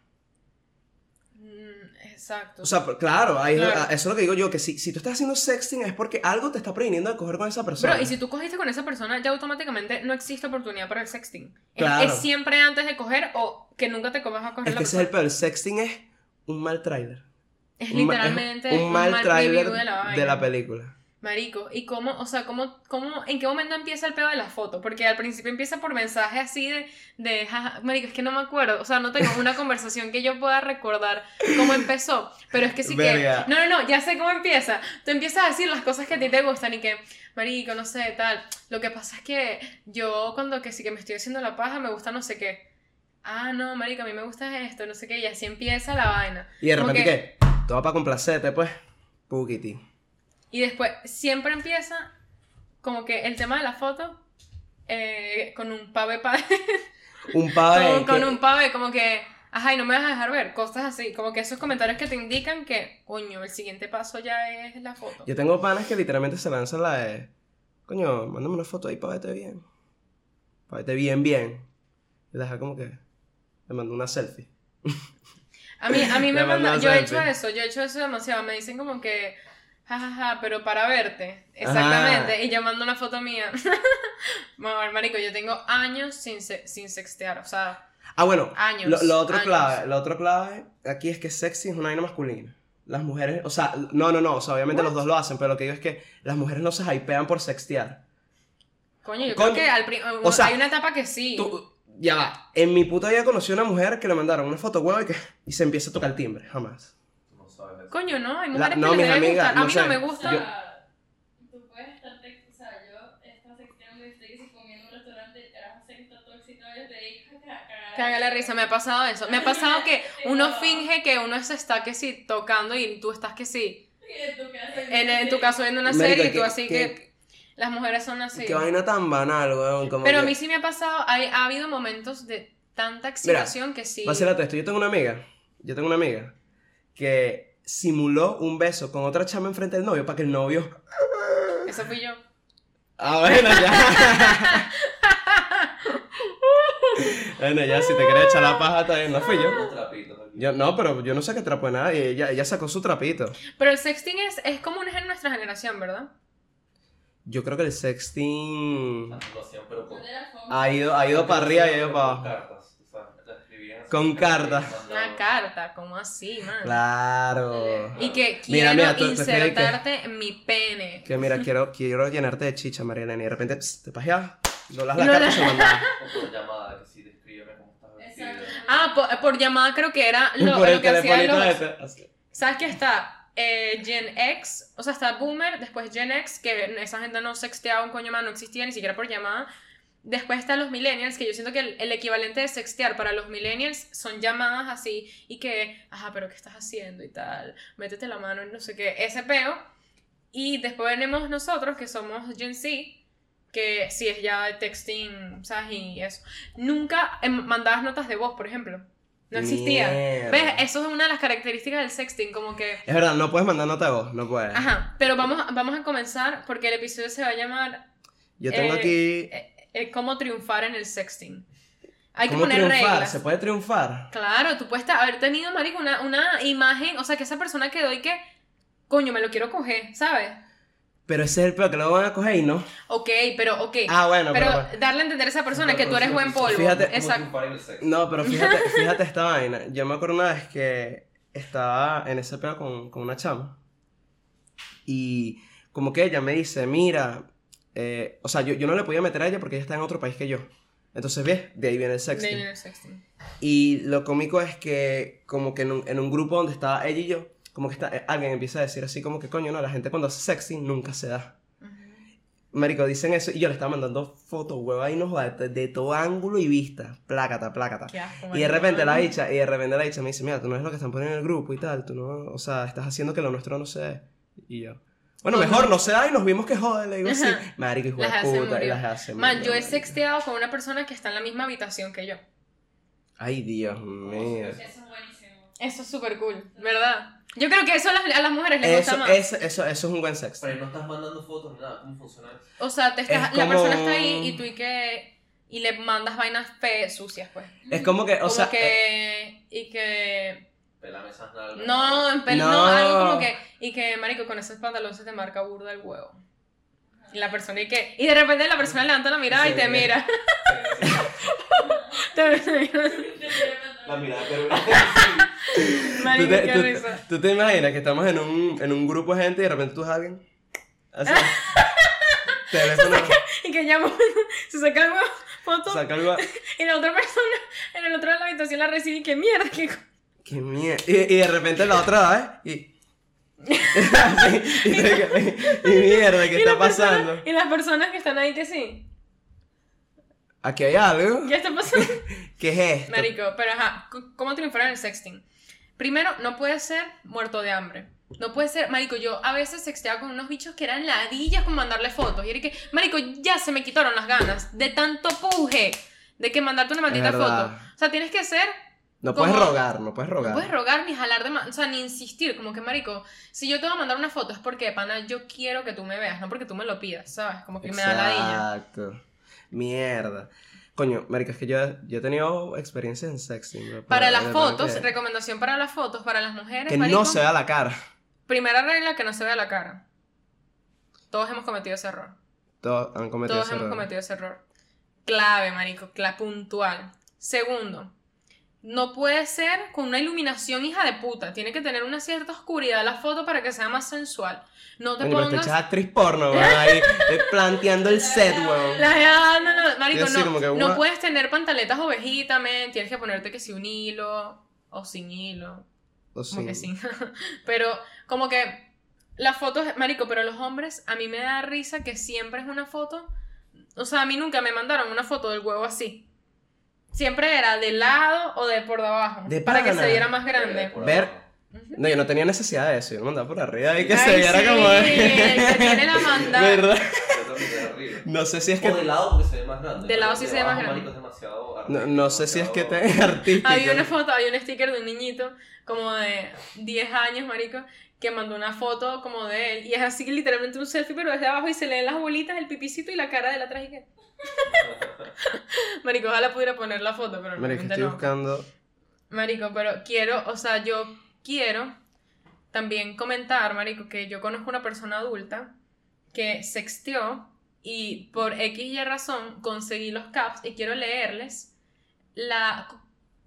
Speaker 2: Mm, Exacto.
Speaker 1: O sea, pero claro, ahí-
Speaker 2: Claro.
Speaker 1: a- eso es lo que digo yo, que si, si tú estás haciendo sexting es porque algo te está previniendo de coger con esa persona.
Speaker 2: Bro, y si tú cogiste con esa persona, ya automáticamente no existe oportunidad para el sexting. Es-
Speaker 1: Claro.
Speaker 2: Es, siempre antes de coger o que nunca te comas a coger
Speaker 1: es
Speaker 2: la
Speaker 1: que ese es el
Speaker 2: persona.
Speaker 1: peor, el sexting es un mal trailer.
Speaker 2: Es, literalmente
Speaker 1: un mal, trailer
Speaker 2: review de la vaina.
Speaker 1: película.
Speaker 2: Marico, ¿y cómo, o sea, cómo, cómo, en qué momento empieza el pedo de la foto? Porque al principio empieza por mensaje así de, de jaja, marico, es que no me acuerdo, o sea, no tengo una conversación que yo pueda recordar cómo empezó, pero es que sí
Speaker 1: Verga.
Speaker 2: que, no, no, no, ya sé cómo empieza, tú empiezas a decir las cosas que a ti te gustan y que, marico, no sé, tal, lo que pasa es que yo cuando que sí que me estoy haciendo la paja me gusta no sé qué, ah, no, marico, a mí me gusta esto, no sé qué, y así empieza la vaina.
Speaker 1: Y de
Speaker 2: Como
Speaker 1: repente,
Speaker 2: que-
Speaker 1: ¿qué? Todo para complacerte, pues. Poquitín.
Speaker 2: Y después siempre empieza como que el tema de la foto eh, con un pavé pa-
Speaker 1: Un pavé.
Speaker 2: con, con
Speaker 1: que-
Speaker 2: un pavé, como que Ajá, y no me vas a dejar ver, cosas así, como que esos comentarios que te indican que, coño, el siguiente paso ya es la foto.
Speaker 1: Yo tengo panas que literalmente se lanzan la de. Coño, mándame una foto ahí para verte bien. Para verte bien, bien. Y la deja como que. Le mando una selfie.
Speaker 2: A mí, a mí me
Speaker 1: Le
Speaker 2: manda,
Speaker 1: mandas
Speaker 2: yo he
Speaker 1: selfie.
Speaker 2: hecho eso, yo he hecho eso demasiado, me dicen como que, jajaja, pero para verte, exactamente, y yo mando una foto mía. Mamá, marico, yo tengo años sin, se- sin sextear, o sea,
Speaker 1: Ah, bueno.
Speaker 2: Años,
Speaker 1: Lo, lo otro
Speaker 2: años.
Speaker 1: clave, lo otro clave aquí es que sexy es una vaina masculina. Las mujeres, o sea, no, no, no, o sea, obviamente los dos lo hacen, pero lo que digo es que las mujeres no se hypean por sextear.
Speaker 2: coño, yo
Speaker 1: Coño,
Speaker 2: creo que al pri-
Speaker 1: o sea,
Speaker 2: hay una etapa que sí.
Speaker 1: Tú, ya va. En mi puta vida conocí a una mujer que le mandaron una foto huevo y que y se empieza a tocar el timbre, jamás.
Speaker 3: No sabes eso.
Speaker 2: Coño, no, hay
Speaker 1: La-
Speaker 2: mujeres
Speaker 1: no,
Speaker 2: que les
Speaker 1: mis
Speaker 2: debe
Speaker 1: amigas,
Speaker 2: gustar.
Speaker 1: no
Speaker 2: a mí
Speaker 1: sé,
Speaker 2: no me
Speaker 6: O
Speaker 2: gusta.
Speaker 6: sea, tú puedes estar, tex- o sea, yo esta sección de estoy comiendo en un restaurante, el carajo se está tóxico, yo te dije caga- cagar.
Speaker 2: Caga la risa, me ha pasado eso. Me ha pasado que uno finge que uno se está que sí tocando y tú estás que sí.
Speaker 6: Y en tu casa-
Speaker 2: En, en tu caso viendo una
Speaker 1: Marica,
Speaker 2: serie y
Speaker 1: que-
Speaker 2: tú así
Speaker 1: que-
Speaker 2: que, las mujeres son así.
Speaker 1: Qué vaina tan banal, weón. Como
Speaker 2: Pero a
Speaker 1: que-
Speaker 2: mí sí me ha pasado, hay, ha habido momentos de tanta excitación que sí.
Speaker 1: Vacílate esto. Yo tengo una amiga. Yo tengo una amiga que simuló un beso con otra chama enfrente del novio para que el novio.
Speaker 2: Eso fui yo.
Speaker 1: Ah, bueno, ya. bueno, ya, si te quieres echar la paja, también no fui yo.
Speaker 3: Unos trapitos aquí.
Speaker 1: Yo no, pero yo no saqué trapo de nadie. Ella, ella sacó su trapito.
Speaker 2: Pero el sexting es, es común en nuestra generación, ¿verdad?
Speaker 1: Yo creo que el sexting
Speaker 3: Antes lo hacían, pero con,
Speaker 6: Ponte la foto.
Speaker 1: ha ido, ha ido para arriba y ha ido para
Speaker 3: Con
Speaker 1: abajo.
Speaker 3: cartas. O sea, la escribían así.
Speaker 1: Con cartas.
Speaker 2: Una carta, como así, man.
Speaker 1: Claro.
Speaker 2: Y que
Speaker 1: Mira,
Speaker 2: quiero
Speaker 1: mira, tú- tú crees que-
Speaker 2: insertarte en mi pene.
Speaker 1: Que mira, quiero, quiero llenarte de chicha, Marielena. Y de repente pss, te pajeas, doblas la
Speaker 2: No,
Speaker 1: carta
Speaker 2: no.
Speaker 1: y se lo mandas.
Speaker 3: O por llamada, que sí, descríbeme cómo estás vestida.
Speaker 6: Exacto.
Speaker 2: Ah, por, por llamada creo que era lo,
Speaker 1: por
Speaker 2: lo
Speaker 1: el
Speaker 2: que hacían
Speaker 1: telefonito
Speaker 2: los...
Speaker 1: ese. así.
Speaker 2: ¿Sabes qué está? Eh, Gen X, o sea, está Boomer, después Gen X, que esa gente no sexteaba un coño más, no existía ni siquiera por llamada. Después están los millennials, que yo siento que el, el equivalente de sextear para los millennials son llamadas así y que, ajá, pero ¿qué estás haciendo y tal? Métete la mano y no sé qué, ese peo. Y después venimos nosotros, que somos Gen Z, que sí es ya texting, ¿sabes? Y eso. Nunca em, mandabas notas de voz, por ejemplo. No existía.
Speaker 1: Mierda. Eh.
Speaker 2: ¿Ves? Eso es una de las características del sexting, como que...
Speaker 1: Es verdad, no puedes mandar nota de voz, no puedes.
Speaker 2: Ajá, pero vamos, vamos a comenzar porque el episodio se va a llamar
Speaker 1: Yo tengo
Speaker 2: Eh,
Speaker 1: aquí.
Speaker 2: eh, ¿Cómo triunfar en el sexting? Hay que
Speaker 1: ¿Cómo
Speaker 2: poner
Speaker 1: triunfar?
Speaker 2: reglas.
Speaker 1: ¿Se puede triunfar?
Speaker 2: Claro, tú puedes ta- haber tenido, marico, una, una imagen, o sea, que esa persona quedó y que, coño, me lo quiero coger, ¿sabes?
Speaker 1: Pero ese es el peor que luego van a coger y no.
Speaker 2: Ok, pero, ok.
Speaker 1: Ah, bueno,
Speaker 2: pero
Speaker 1: pero.
Speaker 2: darle a entender a esa persona que tú eres buen polvo.
Speaker 1: Fíjate,
Speaker 2: Exacto.
Speaker 1: No, pero fíjate, fíjate esta vaina. Yo me acuerdo una vez que estaba en ese pedo con, con una chama. Y como que ella me dice, mira, eh, o sea, yo, yo no le podía meter a ella porque ella está en otro país que yo. Entonces, ¿ves? De ahí viene el
Speaker 2: De ahí
Speaker 1: sexting.
Speaker 2: viene el sexting.
Speaker 1: Y lo cómico es que como que en un, en un grupo donde estaba ella y yo, como que está, eh, alguien empieza a decir así como que coño, no, la gente cuando hace sexy nunca se da.
Speaker 2: Ujú.
Speaker 1: Marico, dicen eso y yo le estaba mandando fotos, hueva y no joda, de, de todo ángulo y vista, plácata, plácata.
Speaker 2: Qué asco,
Speaker 1: Y de
Speaker 2: marico.
Speaker 1: repente la dicha, y de repente la dicha me dice, mira, tú no eres lo que están poniendo en el grupo y tal, tú no, o sea, estás haciendo que lo nuestro no se dé. Y yo, bueno, mejor no se da y nos vimos que jode, le digo sí.
Speaker 2: Ajá.
Speaker 1: Marico, hijo de
Speaker 2: Las hace
Speaker 1: puta, y
Speaker 2: morir.
Speaker 1: las hace.
Speaker 2: Man,
Speaker 1: morir,
Speaker 2: yo he
Speaker 1: marico.
Speaker 2: sexteado con una persona que está en la misma habitación que yo.
Speaker 1: Ay, Dios mío.
Speaker 2: pues.
Speaker 6: Eso es buenísimo.
Speaker 2: Eso es súper cool, ¿verdad? Yo creo que eso a las, a las mujeres les gusta
Speaker 1: Eso,
Speaker 2: más.
Speaker 1: eso, eso, eso es un buen sexo.
Speaker 3: Pero ahí no estás mandando fotos ni nada, ¿cómo funciona eso?
Speaker 2: o sea, te estás-
Speaker 1: es
Speaker 2: la persona
Speaker 1: como-
Speaker 2: está ahí y tú y que y le mandas vainas fe sucias, pues.
Speaker 1: Es como que, o
Speaker 2: como
Speaker 1: sea, eh,
Speaker 2: que y que
Speaker 3: Pelame esas nalgas.
Speaker 2: no, en pel- no,
Speaker 1: No.
Speaker 2: algo como que y que marico con esos pantalones se te marca burda el huevo. Y la persona y que y de repente la persona levanta la mirada
Speaker 3: Sí,
Speaker 2: y te
Speaker 3: sí.
Speaker 2: mira.
Speaker 3: Sí, sí,
Speaker 2: Te mira.
Speaker 3: La mirada, pero.
Speaker 1: tú,
Speaker 2: marico,
Speaker 1: te,
Speaker 2: qué
Speaker 1: tú-
Speaker 2: risa.
Speaker 1: tú te imaginas que estamos en un, en un grupo de gente y de repente tú ves a alguien. Así. teléfono,
Speaker 2: Y que llamo se saca el huevo foto
Speaker 1: saca algo.
Speaker 2: y la otra persona en el otro lado de la habitación la recibe y que mierda, qué co-
Speaker 1: ¡Qué mierda! Y, y de repente la otra da, ¿eh? Y. así, y, te quedas, y mierda, ¿qué
Speaker 2: Y
Speaker 1: está
Speaker 2: la persona-
Speaker 1: pasando?
Speaker 2: y las personas que están ahí que sí.
Speaker 1: Aquí hay algo.
Speaker 2: ¿Qué está pasando?
Speaker 1: ¿Qué es esto?
Speaker 2: Marico, pero ajá, c- ¿cómo triunfar en el sexting? Primero, no puede ser muerto de hambre. No puede ser, marico, yo a veces sexteaba con unos bichos que eran ladillas con mandarle fotos. Y era que, marico, ya se me quitaron las ganas de tanto puje de que mandarte una maldita
Speaker 1: verdad.
Speaker 2: foto. O sea, tienes que ser
Speaker 1: No puedes
Speaker 2: Como-
Speaker 1: rogar, no puedes rogar.
Speaker 2: No puedes rogar ni jalar de mano, o sea, ni insistir, como que marico, si yo te voy a mandar una foto es porque, pana, yo quiero que tú me veas, no porque tú me lo pidas, ¿sabes? Como que me da la ella.
Speaker 1: Exacto. Mierda. Coño, marica, es que yo, yo he tenido experiencia en sexting. bro,
Speaker 2: Para
Speaker 1: pero
Speaker 2: las
Speaker 1: de verdad
Speaker 2: fotos,
Speaker 1: que-
Speaker 2: recomendación para las fotos, para las mujeres,
Speaker 1: Que
Speaker 2: marico,
Speaker 1: no se vea la cara.
Speaker 2: primera regla, que no se vea la cara. Todos hemos cometido ese error.
Speaker 1: Todos han cometido
Speaker 2: Todos
Speaker 1: ese
Speaker 2: hemos
Speaker 1: error.
Speaker 2: cometido ese error. Clave, marico, cla puntual. Segundo, no puede ser con una iluminación hija de puta. Tiene que tener una cierta oscuridad la foto para que sea más sensual. No te
Speaker 1: Coño, pero este te
Speaker 2: pongas...
Speaker 1: echas actriz porno, weón, ahí eh, planteando el set, weón.
Speaker 2: La ah, no, no, marico,
Speaker 1: Yo sí,
Speaker 2: no,
Speaker 1: como que,
Speaker 2: no
Speaker 1: what?
Speaker 2: puedes tener pantaletas ovejita, men. Tienes que ponerte que si un hilo o sin hilo.
Speaker 1: O
Speaker 2: Como
Speaker 1: sí.
Speaker 2: que sí. pero como que las fotos, marico, pero los hombres, a mí me da risa que siempre es una foto. O sea, a mí nunca me mandaron una foto del huevo así. Siempre era de lado o de por debajo.
Speaker 1: De
Speaker 2: para que
Speaker 1: pana.
Speaker 2: se viera más grande.
Speaker 3: Eh, Por
Speaker 1: Ver-
Speaker 3: abajo.
Speaker 1: No, yo no tenía necesidad de eso. Yo lo mandaba por arriba y que se
Speaker 2: Ay,
Speaker 1: viera
Speaker 2: sí,
Speaker 1: como.
Speaker 2: el que tiene la mandada.
Speaker 1: ¿Verdad?
Speaker 3: Yo también de arriba.
Speaker 1: No sé si es que.
Speaker 3: O de lado porque se ve más grande.
Speaker 2: De lado sí se ve más
Speaker 3: abajo,
Speaker 2: grande.
Speaker 3: marico, es demasiado
Speaker 1: No,
Speaker 3: artístico,
Speaker 1: no sé si es que te
Speaker 3: demasiado-
Speaker 1: es artístico.
Speaker 2: Había una foto, había un sticker de un niñito como de 10 años, marico, que mandó una foto como de él. Y es así que literalmente un selfie, pero desde abajo y se leen las bolitas, el pipicito y la cara de la trágica. marico, ojalá pudiera poner la foto, pero
Speaker 1: Marica,
Speaker 2: realmente
Speaker 1: estoy
Speaker 2: no.
Speaker 1: buscando.
Speaker 2: Marico, pero quiero, o sea, yo quiero también comentar, marico, que yo conozco una persona adulta que sexteó y por X y razón conseguí los caps y quiero leerles la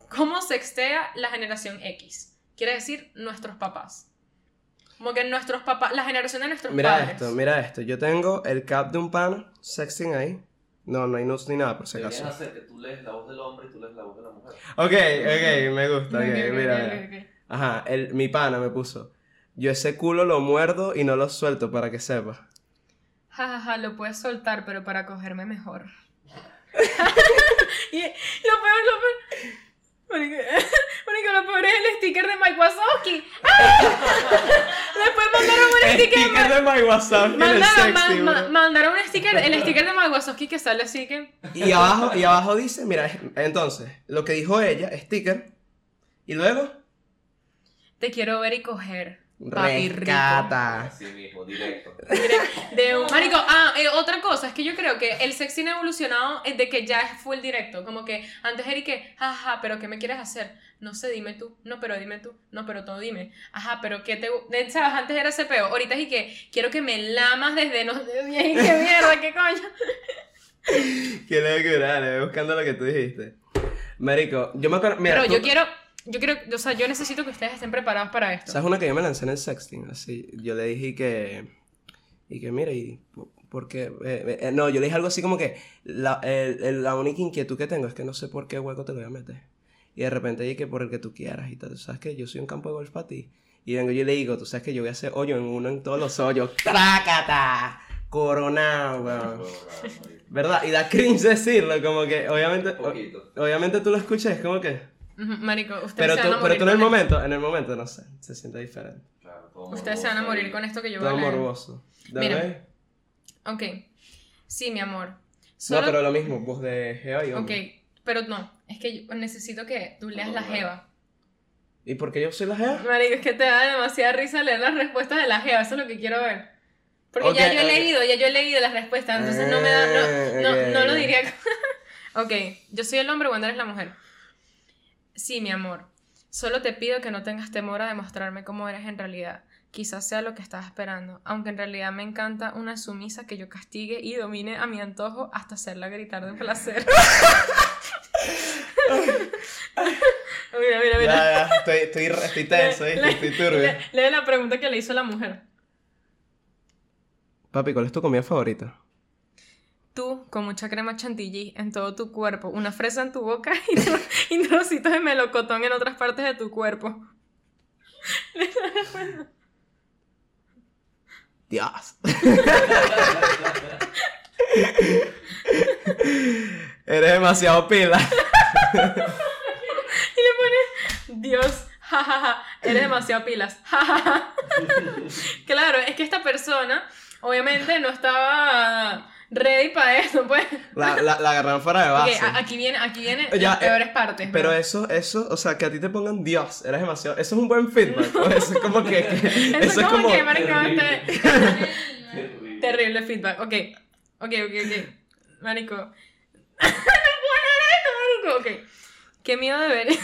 Speaker 2: cómo sextea la generación X. Quiere decir nuestros papás. Como que nuestros papás, la generación de nuestros
Speaker 1: Mira
Speaker 2: padres.
Speaker 1: esto, mira esto. Yo tengo el cap de un pan, sexting ahí. No, no hay nudes ni nada, por si
Speaker 3: Deberían
Speaker 1: acaso.
Speaker 3: hacer que tú lees la voz del hombre y tú lees la voz de la mujer.
Speaker 1: Ok, ok, me gusta.
Speaker 2: Ok,
Speaker 1: ok,
Speaker 2: ok,
Speaker 1: mira,
Speaker 2: ok,
Speaker 1: mira.
Speaker 2: ok.
Speaker 1: Ajá, el, mi pana me puso. Yo ese culo lo muerdo y no lo suelto para que sepa.
Speaker 2: Ja, ja, ja, lo puedes soltar, pero para cogerme mejor. y lo peor, lo peor. Marico, marico, lo peor es el sticker de Mike Wazowski. ¡Ah! Después mandaron un sticker.
Speaker 1: Sticker de my WhatsApp y el
Speaker 2: Mandaron,
Speaker 1: sexy,
Speaker 2: man-
Speaker 1: bro.
Speaker 2: man- mandaron un sticker, el sticker de Mike Wazowski que sale así que.
Speaker 1: Y abajo, y abajo dice, mira, es- entonces, lo que dijo ella, sticker. Y luego,
Speaker 2: Te quiero ver y coger. Papi rico.
Speaker 1: rescata.
Speaker 3: Así mismo, directo.
Speaker 2: De un- Marico, ah, eh, otra cosa, es que yo creo que el sexting ha evolucionado eh, de que ya es- fue el directo. Como que antes era y que, ajá, pero ¿qué me quieres hacer? No sé, dime tú. No, pero dime tú. No, pero tú dime. Ajá, pero ¿qué te gu- de- ¿Sabes? Antes era ese peo. Ahorita es y que quiero que me lamas desde no sé bien. ¿Qué mierda? ¿Qué coño?
Speaker 1: Qué locura, le voy buscando lo que tú dijiste. Marico, yo me acuerdo, mira,
Speaker 2: pero
Speaker 1: tú-
Speaker 2: yo quiero, yo quiero, o sea, yo necesito que ustedes estén preparados para esto.
Speaker 1: ¿Sabes una que yo me lancé en el sexting? Así, yo le dije que... Y que, mira, y... po- Porque... eh, eh, no, yo le dije algo así como que... La, el- el- la única inquietud que tengo es que no sé por qué hueco te lo voy a meter. Y de repente dije que por el que tú quieras y tal. Tú sabes que yo soy un campo de golf para ti. Y vengo yo y le digo, tú sabes que yo voy a hacer hoyo en uno en todos los hoyos. ¡Trácata! Coronado, weón. ¿Verdad? Y da cringe decirlo, como que obviamente...
Speaker 3: Un poquito.
Speaker 1: Obviamente tú lo escuchas, es como que...
Speaker 2: Ujú, Marico, ustedes
Speaker 1: Pero
Speaker 2: se
Speaker 1: tú,
Speaker 2: van a morir
Speaker 1: pero tú en el
Speaker 2: con esto.
Speaker 1: momento, en el momento, no sé, se siente diferente.
Speaker 3: Claro, todo
Speaker 2: Ustedes se van a
Speaker 3: morboso
Speaker 2: morir
Speaker 3: ahí.
Speaker 2: con esto que yo voy a
Speaker 1: Todo
Speaker 2: leer.
Speaker 1: morboso. Dale.
Speaker 2: Mira, Ok. Sí, mi amor.
Speaker 1: no,
Speaker 2: Solo-
Speaker 1: pero lo mismo, voz de Jeva y
Speaker 2: Ok,
Speaker 1: hombre.
Speaker 2: pero no, es que yo necesito que tú leas la
Speaker 3: Vamos a ver.
Speaker 2: jeva.
Speaker 1: ¿Y por qué yo soy la Jeva?
Speaker 2: Marico, es que te da demasiada risa leer las respuestas de la jeva, eso es lo que quiero ver. Porque ya
Speaker 1: Ok,
Speaker 2: yo he
Speaker 1: ok.
Speaker 2: leído, ya yo he leído las respuestas, entonces no me da, no, no,
Speaker 1: Ah,
Speaker 2: no lo
Speaker 1: ok.
Speaker 2: diría. ok, yo soy el hombre, Wanda es la mujer. Sí, mi amor, solo te pido que no tengas temor a demostrarme cómo eres en realidad. Quizás sea lo que estás esperando, aunque en realidad me encanta una sumisa que yo castigue y domine a mi antojo hasta hacerla gritar de placer. mira, mira, mira.
Speaker 1: Ya, ya, estoy, estoy, re- estoy tenso, ¿viste?
Speaker 2: Le-
Speaker 1: estoy
Speaker 2: le-
Speaker 1: turbio.
Speaker 2: Lee la pregunta que le hizo la mujer.
Speaker 1: Papi, ¿cuál es tu comida favorita?
Speaker 2: Tú, con mucha crema chantilly en todo tu cuerpo, una fresa en tu boca y, tro- y trocitos de melocotón en otras partes de tu cuerpo.
Speaker 1: Dios. Eres demasiado pila.
Speaker 2: Dios, jajaja, eres demasiado pilas. jajaja. claro, es que esta persona obviamente no estaba ready para eso, pues.
Speaker 1: La, la, la agarraron fuera de
Speaker 2: Porque
Speaker 1: base.
Speaker 2: a- aquí viene, aquí viene
Speaker 1: Ya,
Speaker 2: las
Speaker 1: eh,
Speaker 2: peores partes.
Speaker 1: Pero
Speaker 2: ¿no?
Speaker 1: eso, eso, o sea, que a ti te pongan Dios, eres demasiado. Eso es un buen feedback. ¿no? Eso es como que. que-
Speaker 2: Eso,
Speaker 1: eso es como.
Speaker 2: que, marica, este, te-
Speaker 6: Terrible.
Speaker 2: terrible feedback. Ok, ok, ok, ok. Marico. no puedo leer esto, marico. Ok. Qué miedo debería.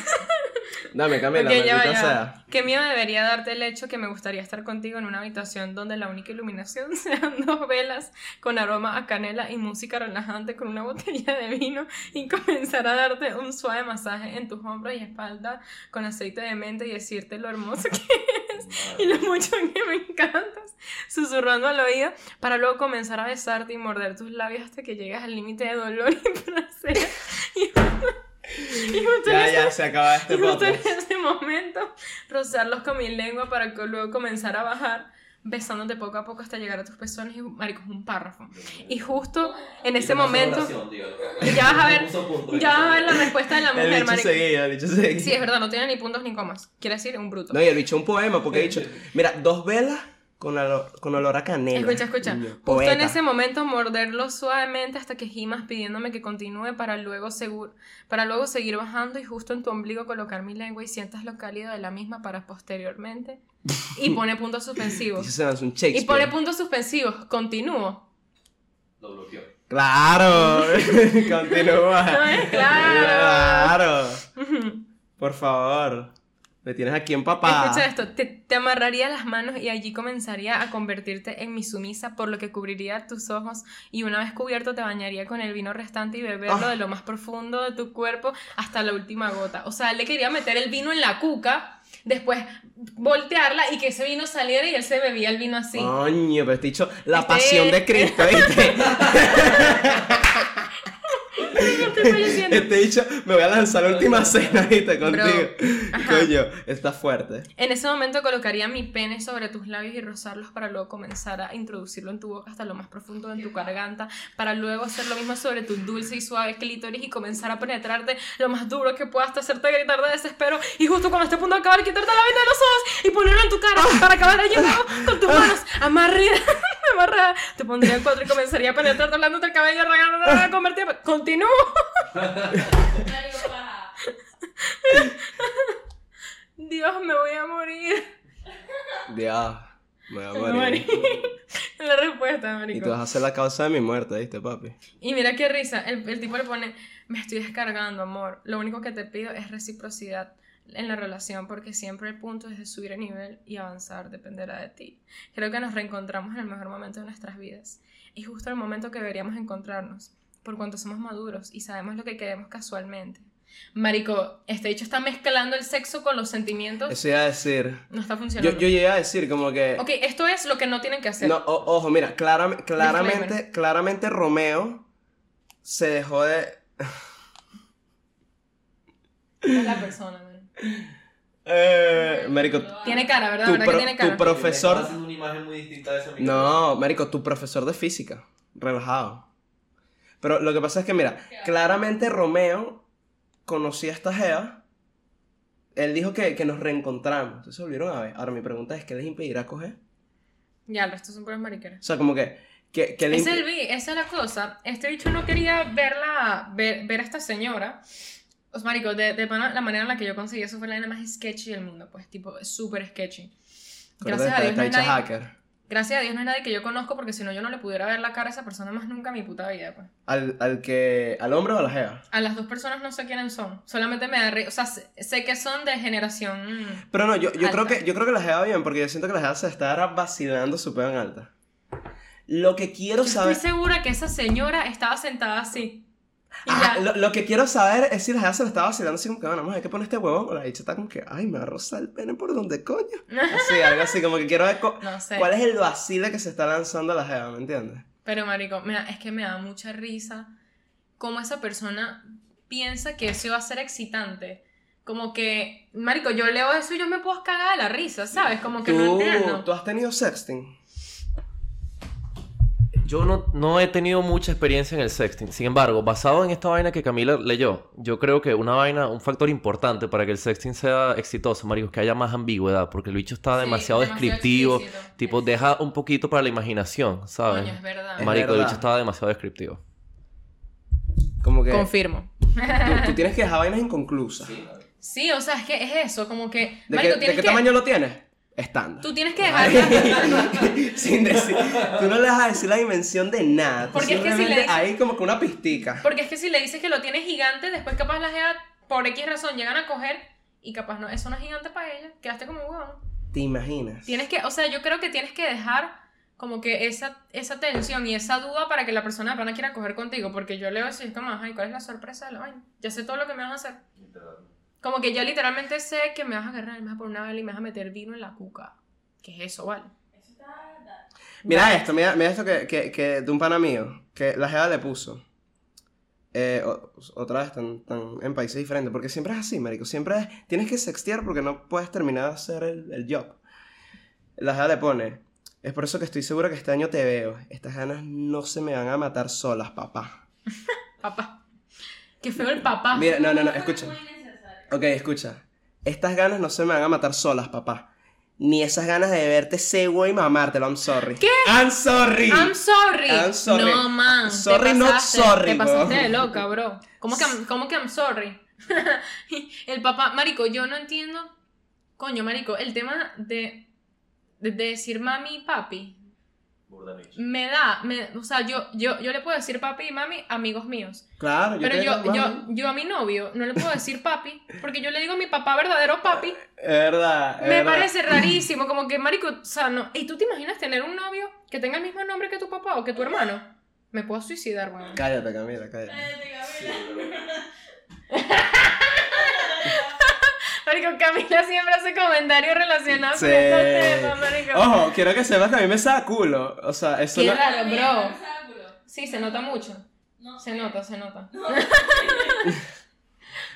Speaker 1: Dame, Camila,
Speaker 2: Ok, ya va,
Speaker 1: maldita
Speaker 2: ya va.
Speaker 1: sea.
Speaker 2: Qué miedo debería darte el hecho que me gustaría estar contigo en una habitación donde la única iluminación sean dos velas con aroma a canela y música relajante con una botella de vino y comenzar a darte un suave masaje en tus hombros y espalda con aceite de menta y decirte lo hermoso que y lo mucho que me encantas, susurrando al oído para luego comenzar a besarte y morder tus labios hasta que llegas al límite de dolor y placer. Y, y justo en
Speaker 1: Ya,
Speaker 2: ese
Speaker 1: ya, se acaba
Speaker 2: y
Speaker 1: este
Speaker 2: justo en
Speaker 1: podcast.
Speaker 2: ese momento, rozarlos con mi lengua para que luego comenzar a bajar, besándote poco a poco hasta llegar a tus pezones y, marico, es un párrafo. Y justo en ese momento, Ya vas a ver- ya vas a ver la respuesta de la
Speaker 1: El
Speaker 2: mujer,
Speaker 1: bicho
Speaker 2: marico.
Speaker 1: seguía, el bicho seguía.
Speaker 2: Sí, es verdad, no tiene ni puntos ni comas. Quiere decir un bruto.
Speaker 1: No, y el bicho un poema, porque he dicho. Mira, dos velas con, alo- con olor a canela.
Speaker 2: Escucha, escucha.
Speaker 1: Niño,
Speaker 2: Justo
Speaker 1: poeta.
Speaker 2: en ese momento morderlo suavemente hasta que gimas pidiéndome que continúe para luego, segur- para luego seguir bajando y justo en tu ombligo colocar mi lengua y sientas lo cálido de la misma para posteriormente. Y pone puntos
Speaker 1: Bicho
Speaker 2: suspensivos.
Speaker 1: se lanzó un
Speaker 2: Y
Speaker 1: Shakespeare.
Speaker 2: pone puntos suspensivos. Continúo.
Speaker 3: Lo bloqueó.
Speaker 1: Claro,
Speaker 2: No
Speaker 1: continúa.
Speaker 2: es claro.
Speaker 1: Claro.
Speaker 2: Ujú.
Speaker 1: Por favor, me tienes aquí empapado.
Speaker 2: Escucha esto. Te, te amarraría las manos y allí comenzaría a convertirte en mi sumisa, por lo que cubriría tus ojos y una vez cubierto te bañaría con el vino restante y beberlo
Speaker 1: Ah.
Speaker 2: de lo más profundo de tu cuerpo hasta la última gota. O sea, él le quería meter el vino en la cuca, después voltearla y que ese vino saliera y él se bebía el vino así.
Speaker 1: Coño, pero te he dicho la
Speaker 2: Este-
Speaker 1: pasión de Cristo, ¿viste?
Speaker 2: No estoy falleciendo.
Speaker 1: Este dicho, me voy a lanzar la última cena ahorita
Speaker 2: Bro,
Speaker 1: contigo.
Speaker 2: ajá.
Speaker 1: Coño, está fuerte.
Speaker 2: En ese momento colocaría mi pene sobre tus labios y rozarlos para luego comenzar a introducirlo en tu boca hasta lo más profundo de tu garganta, para luego hacer lo mismo sobre tu dulce y suave clítoris y comenzar a penetrarte lo más duro que puedas hasta hacerte gritar de desespero y justo cuando esté a punto de acabar quitarte la venda de los ojos y ponerlo en tu cara para acabar ayudado con tus manos amarrida, amarrada, te pondría en cuatro y comenzaría a penetrarte hablándote el cabello, regalar, convertir, continúo.
Speaker 6: Mario Paja.
Speaker 2: Dios, me voy a morir.
Speaker 1: Dios, ah, me voy a
Speaker 2: Me voy a
Speaker 1: morir.
Speaker 2: morir. La respuesta, marico.
Speaker 1: Y tú vas a ser la causa de mi muerte, ¿viste, papi?
Speaker 2: Y mira qué risa, el, el tipo le pone, me estoy descargando, amor, lo único que te pido es reciprocidad en la relación porque siempre el punto es de subir a nivel y avanzar, dependerá de ti. Creo que nos reencontramos en el mejor momento de nuestras vidas y justo el momento que deberíamos encontrarnos, por cuanto somos maduros y sabemos lo que queremos casualmente. Marico, este hecho está mezclando el sexo con los sentimientos,
Speaker 1: Eso iba a decir.
Speaker 2: no está
Speaker 1: Yo,
Speaker 2: funcionando.
Speaker 1: yo llegué a decir como que...
Speaker 2: ok, esto es lo que no tienen que hacer.
Speaker 1: No, o- ojo, mira, claram- claramente,
Speaker 2: Disclaimer.
Speaker 1: claramente Romeo se dejó de...
Speaker 2: Es la persona, man.
Speaker 1: Eh, marico,
Speaker 2: Tiene cara, ¿verdad?
Speaker 1: Tu
Speaker 2: ¿Verdad que
Speaker 1: pro-
Speaker 2: tiene
Speaker 1: tu
Speaker 2: cara?
Speaker 1: pro- Profesor-
Speaker 3: Estás haciendo una imagen muy distinta de ese micrófono.
Speaker 1: No, marico, tu profesor de física. Relajado. Pero lo que pasa es que, mira, claramente Romeo conocía a esta Gea. Él dijo que, que nos reencontramos. Entonces se volvieron a ver. Ahora mi pregunta es: ¿qué les impedirá coger?
Speaker 2: Ya, el resto son puras mariqueras.
Speaker 1: O sea, como que. que, que le
Speaker 2: Ese es
Speaker 1: impi-
Speaker 2: el vi- esa es la cosa. Este bicho no quería verla, ver, ver a esta señora. Os marico, de, de pana, la manera en la que yo conseguí eso fue la vaina más sketchy del mundo, pues, tipo, súper sketchy. Gracias a,
Speaker 1: Acuérdate,
Speaker 2: Dios
Speaker 1: está
Speaker 2: no hay
Speaker 1: hecha
Speaker 2: nadie,
Speaker 1: hacker.
Speaker 2: gracias a Dios no hay nadie que yo conozco porque si no yo no le pudiera ver la cara a esa persona más nunca en mi puta vida, pues.
Speaker 1: ¿Al, al que, ¿Al hombre o a la Gea?
Speaker 2: A las dos personas no sé quiénes son, solamente me da ri- o sea, sé, sé que son de generación... mm,
Speaker 1: Pero no, yo, yo, creo
Speaker 2: Alta.
Speaker 1: que, yo creo que la Gea bien, porque yo siento que la Gea se está ahora vacilando su pedo en alta. Lo que quiero
Speaker 2: Yo
Speaker 1: saber.
Speaker 2: estoy segura que esa señora estaba sentada así. Y
Speaker 1: Ah,
Speaker 2: ya.
Speaker 1: lo, lo que quiero saber es si la gente se lo estaba vacilando así como que, bueno, vamos a ver qué pone este huevón. O la bicha está como que, ay, me va a rozar el pene por donde coño. Así, algo así, como que quiero ver cu-
Speaker 2: no sé.
Speaker 1: cuál es el vacile que se está lanzando la jeva, ¿me entiendes?
Speaker 2: Pero, marico, me da- es que me da mucha risa cómo esa persona piensa que eso va a ser excitante. Como que, marico, yo leo eso y yo me puedo cagar de la risa, ¿sabes? Como que no
Speaker 1: Tú,
Speaker 2: entiendo.
Speaker 1: tú has tenido sexting.
Speaker 5: Yo no, no he tenido mucha experiencia en el sexting. Sin embargo, basado en esta vaina que Camila leyó, yo creo que una vaina, un factor importante para que el sexting sea exitoso, marico, es que haya más ambigüedad, porque el bicho está
Speaker 2: Sí,
Speaker 5: demasiado
Speaker 2: demasiado
Speaker 5: descriptivo.
Speaker 2: explícito.
Speaker 5: Tipo, deja un poquito para la imaginación, ¿sabes?
Speaker 2: Coño, es verdad.
Speaker 1: Es
Speaker 5: Marico, el
Speaker 1: verdad.
Speaker 5: bicho estaba demasiado descriptivo.
Speaker 1: Como que tú,
Speaker 2: Confirmo.
Speaker 1: tú tienes que dejar vainas inconclusas.
Speaker 3: Sí, claro.
Speaker 2: Sí, o sea, es que es eso, como que.
Speaker 1: ¿De,
Speaker 2: marico,
Speaker 1: qué, de
Speaker 2: tienes
Speaker 1: qué
Speaker 2: que-
Speaker 1: tamaño lo tienes? Estándar.
Speaker 2: Tú tienes que dejar.
Speaker 1: Sin decir, tú no le vas a decir la dimensión de nada. tú
Speaker 2: Porque es que si le
Speaker 1: simplemente
Speaker 2: dices-
Speaker 1: ahí como que una pistica.
Speaker 2: Porque es que si le dices que lo tienes gigante, después capaz la jeva, por X razón, llegan a coger y capaz no, eso no es gigante para ella. Quedaste como un huevón.
Speaker 1: ¿Te imaginas?
Speaker 2: Tienes que, o sea, yo creo que tienes que dejar como que esa, esa tensión y esa duda para que la persona de pana quiera coger contigo. Porque yo leo eso y es como, ay, ¿cuál es la sorpresa de la vaina? Ya sé todo lo que me vas a hacer.
Speaker 3: Literal.
Speaker 2: Como que ya literalmente sé que me vas a agarrar, me vas a poner una vela y me vas a meter vino en la cuca. ¿Qué es eso, vale?
Speaker 6: Eso está. da-
Speaker 1: Mira esto, mira, mira esto que, que, que de un pana mío, que la jeva le puso. Eh, o- otra vez, tan, tan en países diferentes, porque siempre es así, marico. Siempre es, tienes que sextear porque no puedes terminar de hacer el, el job. La jeva le pone, es por eso que estoy segura que este año te veo. Estas ganas no se me van a matar solas, papá.
Speaker 2: Papá. Qué feo el papá.
Speaker 1: Mira, no, no, no,
Speaker 6: Fue
Speaker 1: escucha.
Speaker 6: Muy necesario.
Speaker 1: Ok, escucha. Estas ganas no se me van a matar solas, papá. Ni esas ganas de verte ese güey mamártelo, I'm sorry.
Speaker 2: ¿Qué?
Speaker 1: I'm sorry.
Speaker 2: I'm sorry.
Speaker 1: I'm sorry.
Speaker 2: No, man.
Speaker 1: Sorry,
Speaker 2: te
Speaker 1: not
Speaker 2: pasaste,
Speaker 1: sorry,
Speaker 2: Te pasaste
Speaker 1: bro.
Speaker 2: de loca, bro. ¿Cómo que, I'm- cómo que I'm sorry? el papá, marico, yo no entiendo. Coño, marico, el tema de, de decir mami y papi
Speaker 3: Burda de bicho.
Speaker 2: me da, me- o sea, yo, yo, yo le puedo decir papi y mami amigos míos,
Speaker 1: Claro, yo
Speaker 2: pero
Speaker 1: te-
Speaker 2: yo, yo,
Speaker 1: bueno,
Speaker 2: yo a mi novio no le puedo decir papi porque yo le digo a mi papá verdadero papi.
Speaker 1: Es verdad. es
Speaker 2: Me
Speaker 1: verdad.
Speaker 2: parece rarísimo, como que marico, o sea, no. ¿Y tú te imaginas tener un novio que tenga el mismo nombre que tu papá o que tu hermano? Me puedo suicidar, weón.
Speaker 1: Cállate, Camila, cállate.
Speaker 6: Cállate, Eh, Gabriela.
Speaker 2: Marico, Camila siempre hace comentarios relacionados con
Speaker 1: Sí.
Speaker 2: este tema, marico.
Speaker 1: Ojo, quiero que sepas que a mí me saca culo. O sea, eso
Speaker 2: Qué
Speaker 1: no.
Speaker 2: raro, bro.
Speaker 6: Obstáculo.
Speaker 2: Sí, se nota mucho.
Speaker 6: No
Speaker 2: Se nota, se nota.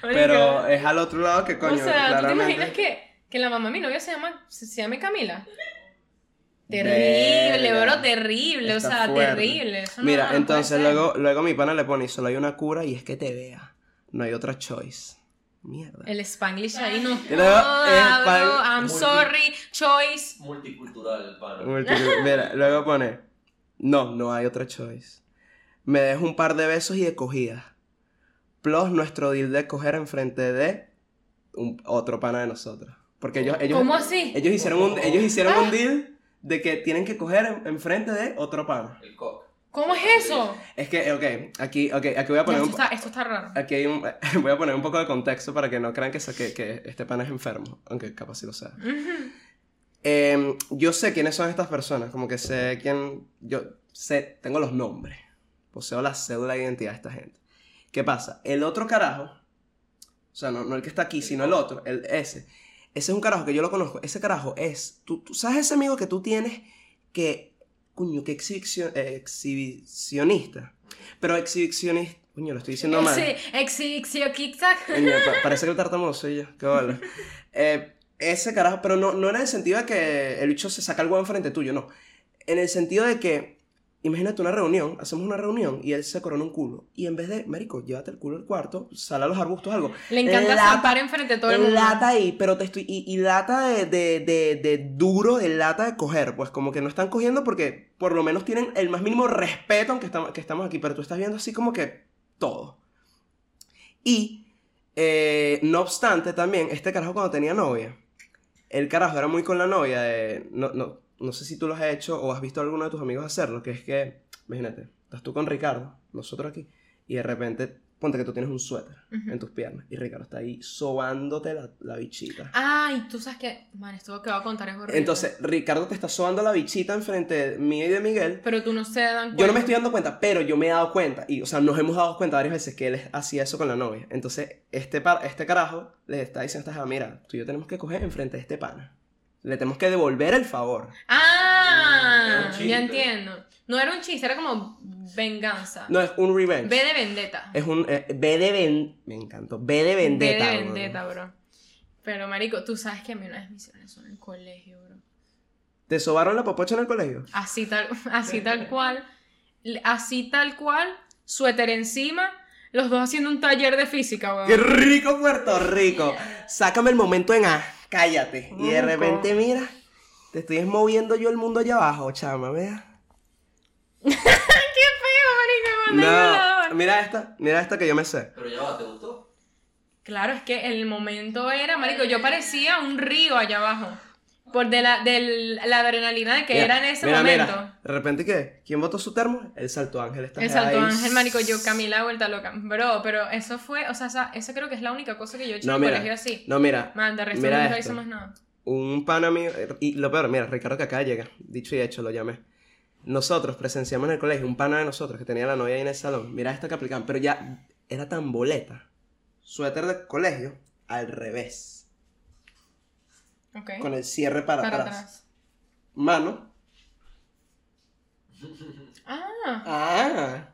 Speaker 1: Pero
Speaker 2: Marico,
Speaker 1: es al otro lado que coño.
Speaker 2: o sea, ¿tú te
Speaker 1: claramente.
Speaker 2: imaginas que, que la mamá de mi novio se llama, se, se llame Camila? Terrible,
Speaker 1: Verga.
Speaker 2: bro, terrible,
Speaker 1: Está
Speaker 2: o sea,
Speaker 1: fuerte.
Speaker 2: terrible. Eso no- no
Speaker 1: Mira,
Speaker 2: puede
Speaker 1: entonces
Speaker 2: ser.
Speaker 1: luego, luego mi pana le pone: solo hay una cura y es que te vea. No hay otra choice. Mierda.
Speaker 2: El Spanglish ahí no.
Speaker 1: Y luego,
Speaker 2: Ah,
Speaker 1: el
Speaker 2: bro,
Speaker 1: pan-
Speaker 2: I'm
Speaker 3: Muy
Speaker 2: sorry, choice.
Speaker 3: Multicultural el
Speaker 1: Mm.
Speaker 3: pana.
Speaker 1: Multitud- Mira, luego pone: No, no hay otra choice. Me des un par de besos y de cogidas. Plus nuestro deal de coger enfrente de un- otro pana de nosotros. Porque ellos, ellos,
Speaker 2: ¿Cómo así?
Speaker 1: Ellos hicieron un, ellos hicieron un deal de que tienen que coger en- enfrente de otro pana.
Speaker 3: El cock.
Speaker 2: ¿Cómo es eso?
Speaker 1: Es que, ok, aquí, okay, aquí voy a
Speaker 2: Ya,
Speaker 1: poner
Speaker 2: esto,
Speaker 1: un,
Speaker 2: está, esto está raro.
Speaker 1: aquí hay un- voy a poner un poco de contexto para que no crean que, sa- que, que este pana es enfermo, aunque capaz sí lo sea.
Speaker 2: Ujú.
Speaker 1: Em, yo sé quiénes son estas personas, como que sé quién, yo sé, tengo los nombres, poseo la cédula de identidad de esta gente. ¿Qué pasa? El otro carajo, o sea, no, no el que está aquí, sino el otro, el ese, ese es un carajo que yo lo conozco, ese carajo es, tú, tú sabes ese amigo que tú tienes que, cuño, que exhibicio- eh, exhibicionista, pero exhibicionista, cuño, lo estoy diciendo mal.
Speaker 2: Sí, exixio, kick-tac.
Speaker 1: Coño, pa- parece que el tartamudo soy yo, qué bola. Eh, ese carajo, pero no, no en el sentido de que el bicho se saca algo enfrente tuyo, no. En el sentido de que, imagínate una reunión, hacemos una reunión y él se corona un culo. Y en vez de, marico, llévate el culo al cuarto, sal a los arbustos o algo.
Speaker 2: Le encanta
Speaker 1: Lata-
Speaker 2: zampar enfrente de todo el mundo.
Speaker 1: Lata ahí, pero te estoy. Y, y lata de, de, de, de duro, de lata de coger. Pues como que no están cogiendo porque por lo menos tienen el más mínimo respeto aunque estamos, que estamos aquí. Pero tú estás viendo así como que todo. Y eh, no obstante, también, este carajo cuando tenía novia, el carajo era muy con la novia. de- no, no, no sé si tú lo has hecho o has visto a alguno de tus amigos hacerlo, que es que, imagínate, estás tú con Ricardo, nosotros aquí, y de repente, ponte que tú tienes un suéter
Speaker 2: Ujú.
Speaker 1: en tus piernas y Ricardo está ahí sobándote la, la bichita.
Speaker 2: Ah, Ay, tú sabes que. Man, esto que voy a contar es horrible.
Speaker 1: Entonces, Ricardo te está sobando la bichita enfrente de mí y de Miguel.
Speaker 2: Pero tú no se dan cuenta.
Speaker 1: Yo no me estoy dando cuenta, pero yo me he dado cuenta. Y, o sea, nos hemos dado cuenta varias veces que él hacía eso con la novia. Entonces, este, par, este carajo les está diciendo a esta jeva, mira, tú y yo tenemos que coger enfrente de este pana. Le tenemos que devolver el favor.
Speaker 3: Era
Speaker 2: Ah,
Speaker 3: un chiste.
Speaker 2: ya entiendo. No era un chiste, era como venganza.
Speaker 1: No, es un revenge.
Speaker 2: Ve de vendetta.
Speaker 1: es un... eh, B de ven... Me encantó. B de vendetta.
Speaker 2: Ve de
Speaker 1: bro.
Speaker 2: vendetta, bro. Pero, marico, tú sabes que a mí una vez me hicieron eso en el colegio, bro.
Speaker 1: ¿Te sobaron la popocha en el colegio?
Speaker 2: Así tal, así tal cual. l- así tal cual, suéter encima, los dos haciendo un taller de física,
Speaker 1: ¡Qué
Speaker 2: weón.
Speaker 1: rico Puerto Rico! Sácame el momento en A, cállate. Y de
Speaker 2: Rico.
Speaker 1: repente, mira, te estoy es moviendo yo el mundo allá abajo, chama, vea.
Speaker 2: ¡Qué feo, marico! cuando hay
Speaker 1: No,
Speaker 2: violador.
Speaker 1: mira esta, mira esta que yo me sé.
Speaker 3: Pero ya va, ¿te gustó?
Speaker 2: Claro, es que el momento era, marico, yo parecía un río allá abajo. Por de la, del- la adrenalina de que
Speaker 1: Mira,
Speaker 2: era en ese
Speaker 1: mira,
Speaker 2: momento.
Speaker 1: mira. De repente, ¿qué? ¿Quién votó su termo? El Salto Ángel. Esta
Speaker 2: El
Speaker 1: jeva
Speaker 2: Santo
Speaker 1: ahí.
Speaker 2: Ángel, marico, yo Camila vuelta loca. Bro, pero eso fue, o sea, esa, esa creo que es la única cosa que yo he hecho
Speaker 1: No,
Speaker 2: en el
Speaker 1: mira.
Speaker 2: colegio así.
Speaker 1: No, mira,
Speaker 2: Man, de resto
Speaker 1: Mira
Speaker 2: nunca
Speaker 1: esto.
Speaker 2: hice más nada.
Speaker 1: un pana mío, eh, y lo peor, mira, Ricardo que acá llega, dicho y hecho, lo llamé. Nosotros presenciamos en el colegio un pana de nosotros que tenía la novia ahí en el salón. Mira esta que aplicaban, pero ya era tan boleta. Suéter de colegio al revés,
Speaker 2: Ok.
Speaker 1: con el cierre para,
Speaker 2: Para
Speaker 1: atrás.
Speaker 2: atrás.
Speaker 1: Mano.
Speaker 2: Ah,
Speaker 1: Ah,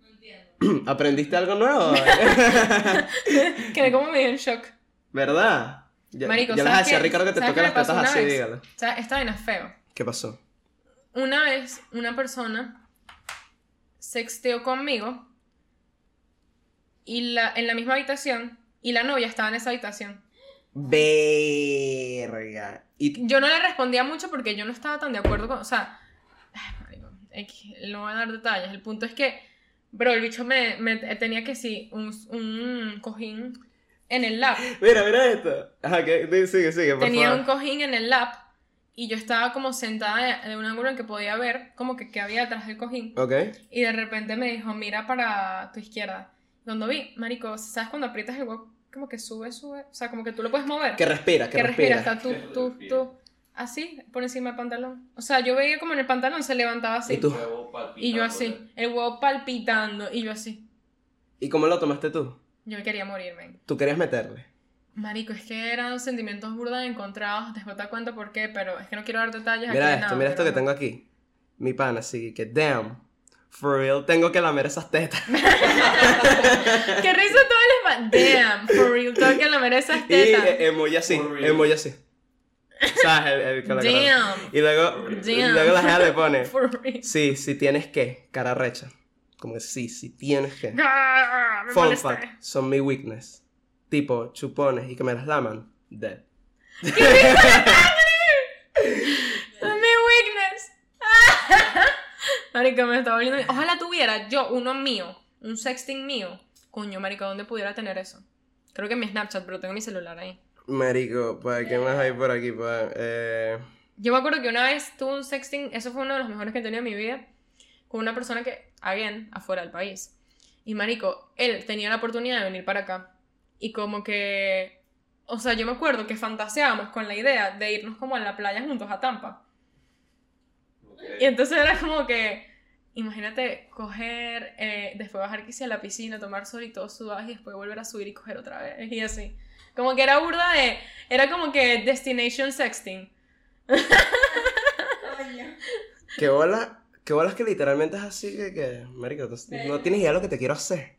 Speaker 6: No entiendo.
Speaker 1: aprendiste algo nuevo,
Speaker 2: quedé como medio en shock.
Speaker 1: ¿verdad? Ya,
Speaker 2: Marico,
Speaker 1: ya
Speaker 2: ¿sabes
Speaker 1: las hacía
Speaker 2: qué?
Speaker 1: Ricardo que te
Speaker 2: ¿Sabes
Speaker 1: toque
Speaker 2: qué
Speaker 1: las
Speaker 2: me pasó
Speaker 1: tetas
Speaker 2: una
Speaker 1: así,
Speaker 2: vez?
Speaker 1: dígalo.
Speaker 2: O sea, esta vaina es feo.
Speaker 1: ¿Qué pasó?
Speaker 2: Una vez, una persona sexteó conmigo y la, en la misma habitación y la novia estaba en esa habitación.
Speaker 1: Verga. Y
Speaker 2: Yo no le respondía mucho porque yo no estaba tan de acuerdo con. O sea, ay, marico, X, no voy a dar detalles. El punto es que, bro, el bicho me, me tenía que sí, un, un cojín en el lap.
Speaker 1: mira, mira esto. Ajá, que di- sigue, sigue, por
Speaker 2: Tenía
Speaker 1: favor.
Speaker 2: un cojín en el lap y yo estaba como sentada de, de un ángulo en que podía ver como que qué había detrás del cojín.
Speaker 1: Ok.
Speaker 2: Y de repente me dijo, mira para tu izquierda. Cuando vi, marico, ¿sabes cuando aprietas el hueco? Como que sube, sube. O sea, como que tú lo puedes mover.
Speaker 1: Que respira, que,
Speaker 2: que
Speaker 1: respira.
Speaker 2: respira, hasta tú,
Speaker 3: Que
Speaker 2: tú,
Speaker 3: respira.
Speaker 2: tú. Así, por encima del pantalón. O sea, yo veía como en el pantalón se levantaba así.
Speaker 1: ¿Y tú?
Speaker 3: Huevo palpitando,
Speaker 2: Y yo así. El huevo palpitando. Y yo así.
Speaker 1: ¿Y cómo lo tomaste tú?
Speaker 2: Yo quería morirme.
Speaker 1: Tú querías meterle.
Speaker 2: Marico, es que eran sentimientos burdas encontrados. Después te cuento por qué, pero es que no quiero dar detalles.
Speaker 1: Mira
Speaker 2: aquí,
Speaker 1: esto,
Speaker 2: nada,
Speaker 1: mira esto
Speaker 2: pero
Speaker 1: que tengo aquí. Mi pana, así que, damn. For real, tengo que lamer esas tetas.
Speaker 2: ¡Qué risa todas las... Damn, for real talk, que la mereces
Speaker 1: Y
Speaker 2: teta.
Speaker 1: eh, emoji así,
Speaker 3: For real.
Speaker 1: emoji así. ¿Sabes? El, el con la cara.
Speaker 2: Damn,
Speaker 1: Y luego,
Speaker 3: For real.
Speaker 1: y luego la gente le pone,
Speaker 2: for real.
Speaker 1: sí, sí tienes que, cara recha. Como que sí, sí tienes que.
Speaker 2: Ah, me
Speaker 1: Fun
Speaker 2: molesté.
Speaker 1: fact, son mi weakness. Tipo, chupones y que me las laman, dead.
Speaker 2: Es Ah, mi weakness. Marico, me estaba volviendo. Ojalá tuviera yo uno mío, un sexting mío. Coño, Marico, ¿dónde pudiera tener eso? Creo que en mi Snapchat, pero tengo mi celular ahí.
Speaker 1: Marico, pues, ¿qué más hay por aquí? pa? Eh,
Speaker 2: Yo me acuerdo que una vez tuve un sexting, eso fue uno de los mejores que he tenido en mi vida, con una persona que, again, afuera del país. Y marico, él tenía la oportunidad de venir para acá. Y como que, o sea, yo me acuerdo que fantaseábamos con la idea de irnos como a la playa juntos a Tampa.
Speaker 3: Ok.
Speaker 2: Y entonces era como que, imagínate coger, eh, después bajar que sea a la piscina, tomar sol y todo sudado y después volver a subir y coger otra vez y así. Como que era burda de, era como que destination sexting.
Speaker 6: Coño.
Speaker 1: ¿Qué bola? ¿Qué bolas que literalmente es así que, que marico, tú no tienes idea de lo que te quiero hacer?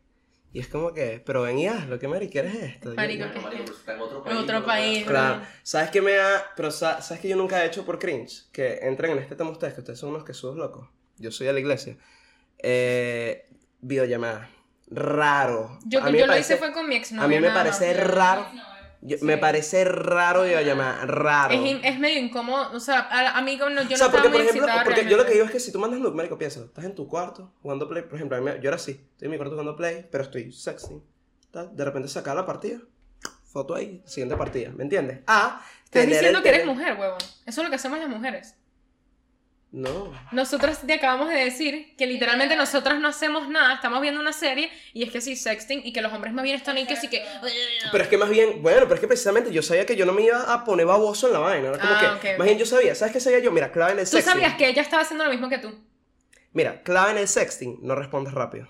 Speaker 1: Y es como que, pero ven y hazlo, que marico, ¿quieres esto? Yo-
Speaker 2: Marico,
Speaker 3: Bueno, marico, pero está en otro
Speaker 2: En
Speaker 3: país.
Speaker 2: otro
Speaker 3: ¿no?
Speaker 2: país.
Speaker 1: Claro, ¿sabes qué me da? Pero sa- ¿sabes que yo nunca he hecho por cringe? Que entren en este tema ustedes, que ustedes son unos que sus locos. Yo soy de la iglesia. Eh, videollamada. Raro.
Speaker 2: Yo,
Speaker 1: A mí
Speaker 2: yo
Speaker 1: me
Speaker 2: lo
Speaker 1: parece-
Speaker 2: hice fue con mi ex
Speaker 1: A mí me parece raro.
Speaker 6: No,
Speaker 1: yo- Me parece raro videollamada, raro.
Speaker 2: Es, in- es medio incómodo, o sea, a, a mí como no- yo no
Speaker 1: o sea, porque,
Speaker 2: estaba
Speaker 1: por
Speaker 2: muy
Speaker 1: ejemplo,
Speaker 2: excitada
Speaker 1: porque yo lo que
Speaker 2: realmente.
Speaker 1: digo es que si tú mandas nude, marico, piensa, estás en tu cuarto jugando play, por ejemplo, a mí me- yo era así, estoy en mi cuarto jugando play, pero estoy sexy, tal, de repente se acaba la partida, foto ahí, siguiente partida, ¿me entiendes? Ah,
Speaker 2: Estás
Speaker 1: tener el
Speaker 2: diciendo que eres
Speaker 1: tele-
Speaker 2: mujer, huevón. Eso es lo que hacemos las mujeres.
Speaker 1: No,
Speaker 2: Nosotras te acabamos de decir que literalmente nosotras no hacemos nada, estamos viendo una serie y es que sí, sexting y que los hombres más bien están ahí que sí que...
Speaker 1: pero es que más bien, bueno, pero es que precisamente yo sabía que yo no me iba a poner baboso en la vaina, era como
Speaker 2: Ah,
Speaker 1: que,
Speaker 2: ok,
Speaker 1: más bien yo sabía, ¿sabes qué sabía yo? Mira, clave en el
Speaker 2: Tú
Speaker 1: sexting.
Speaker 2: sabías que ella estaba haciendo lo mismo que tú.
Speaker 1: Mira, clave en el sexting, no respondes rápido.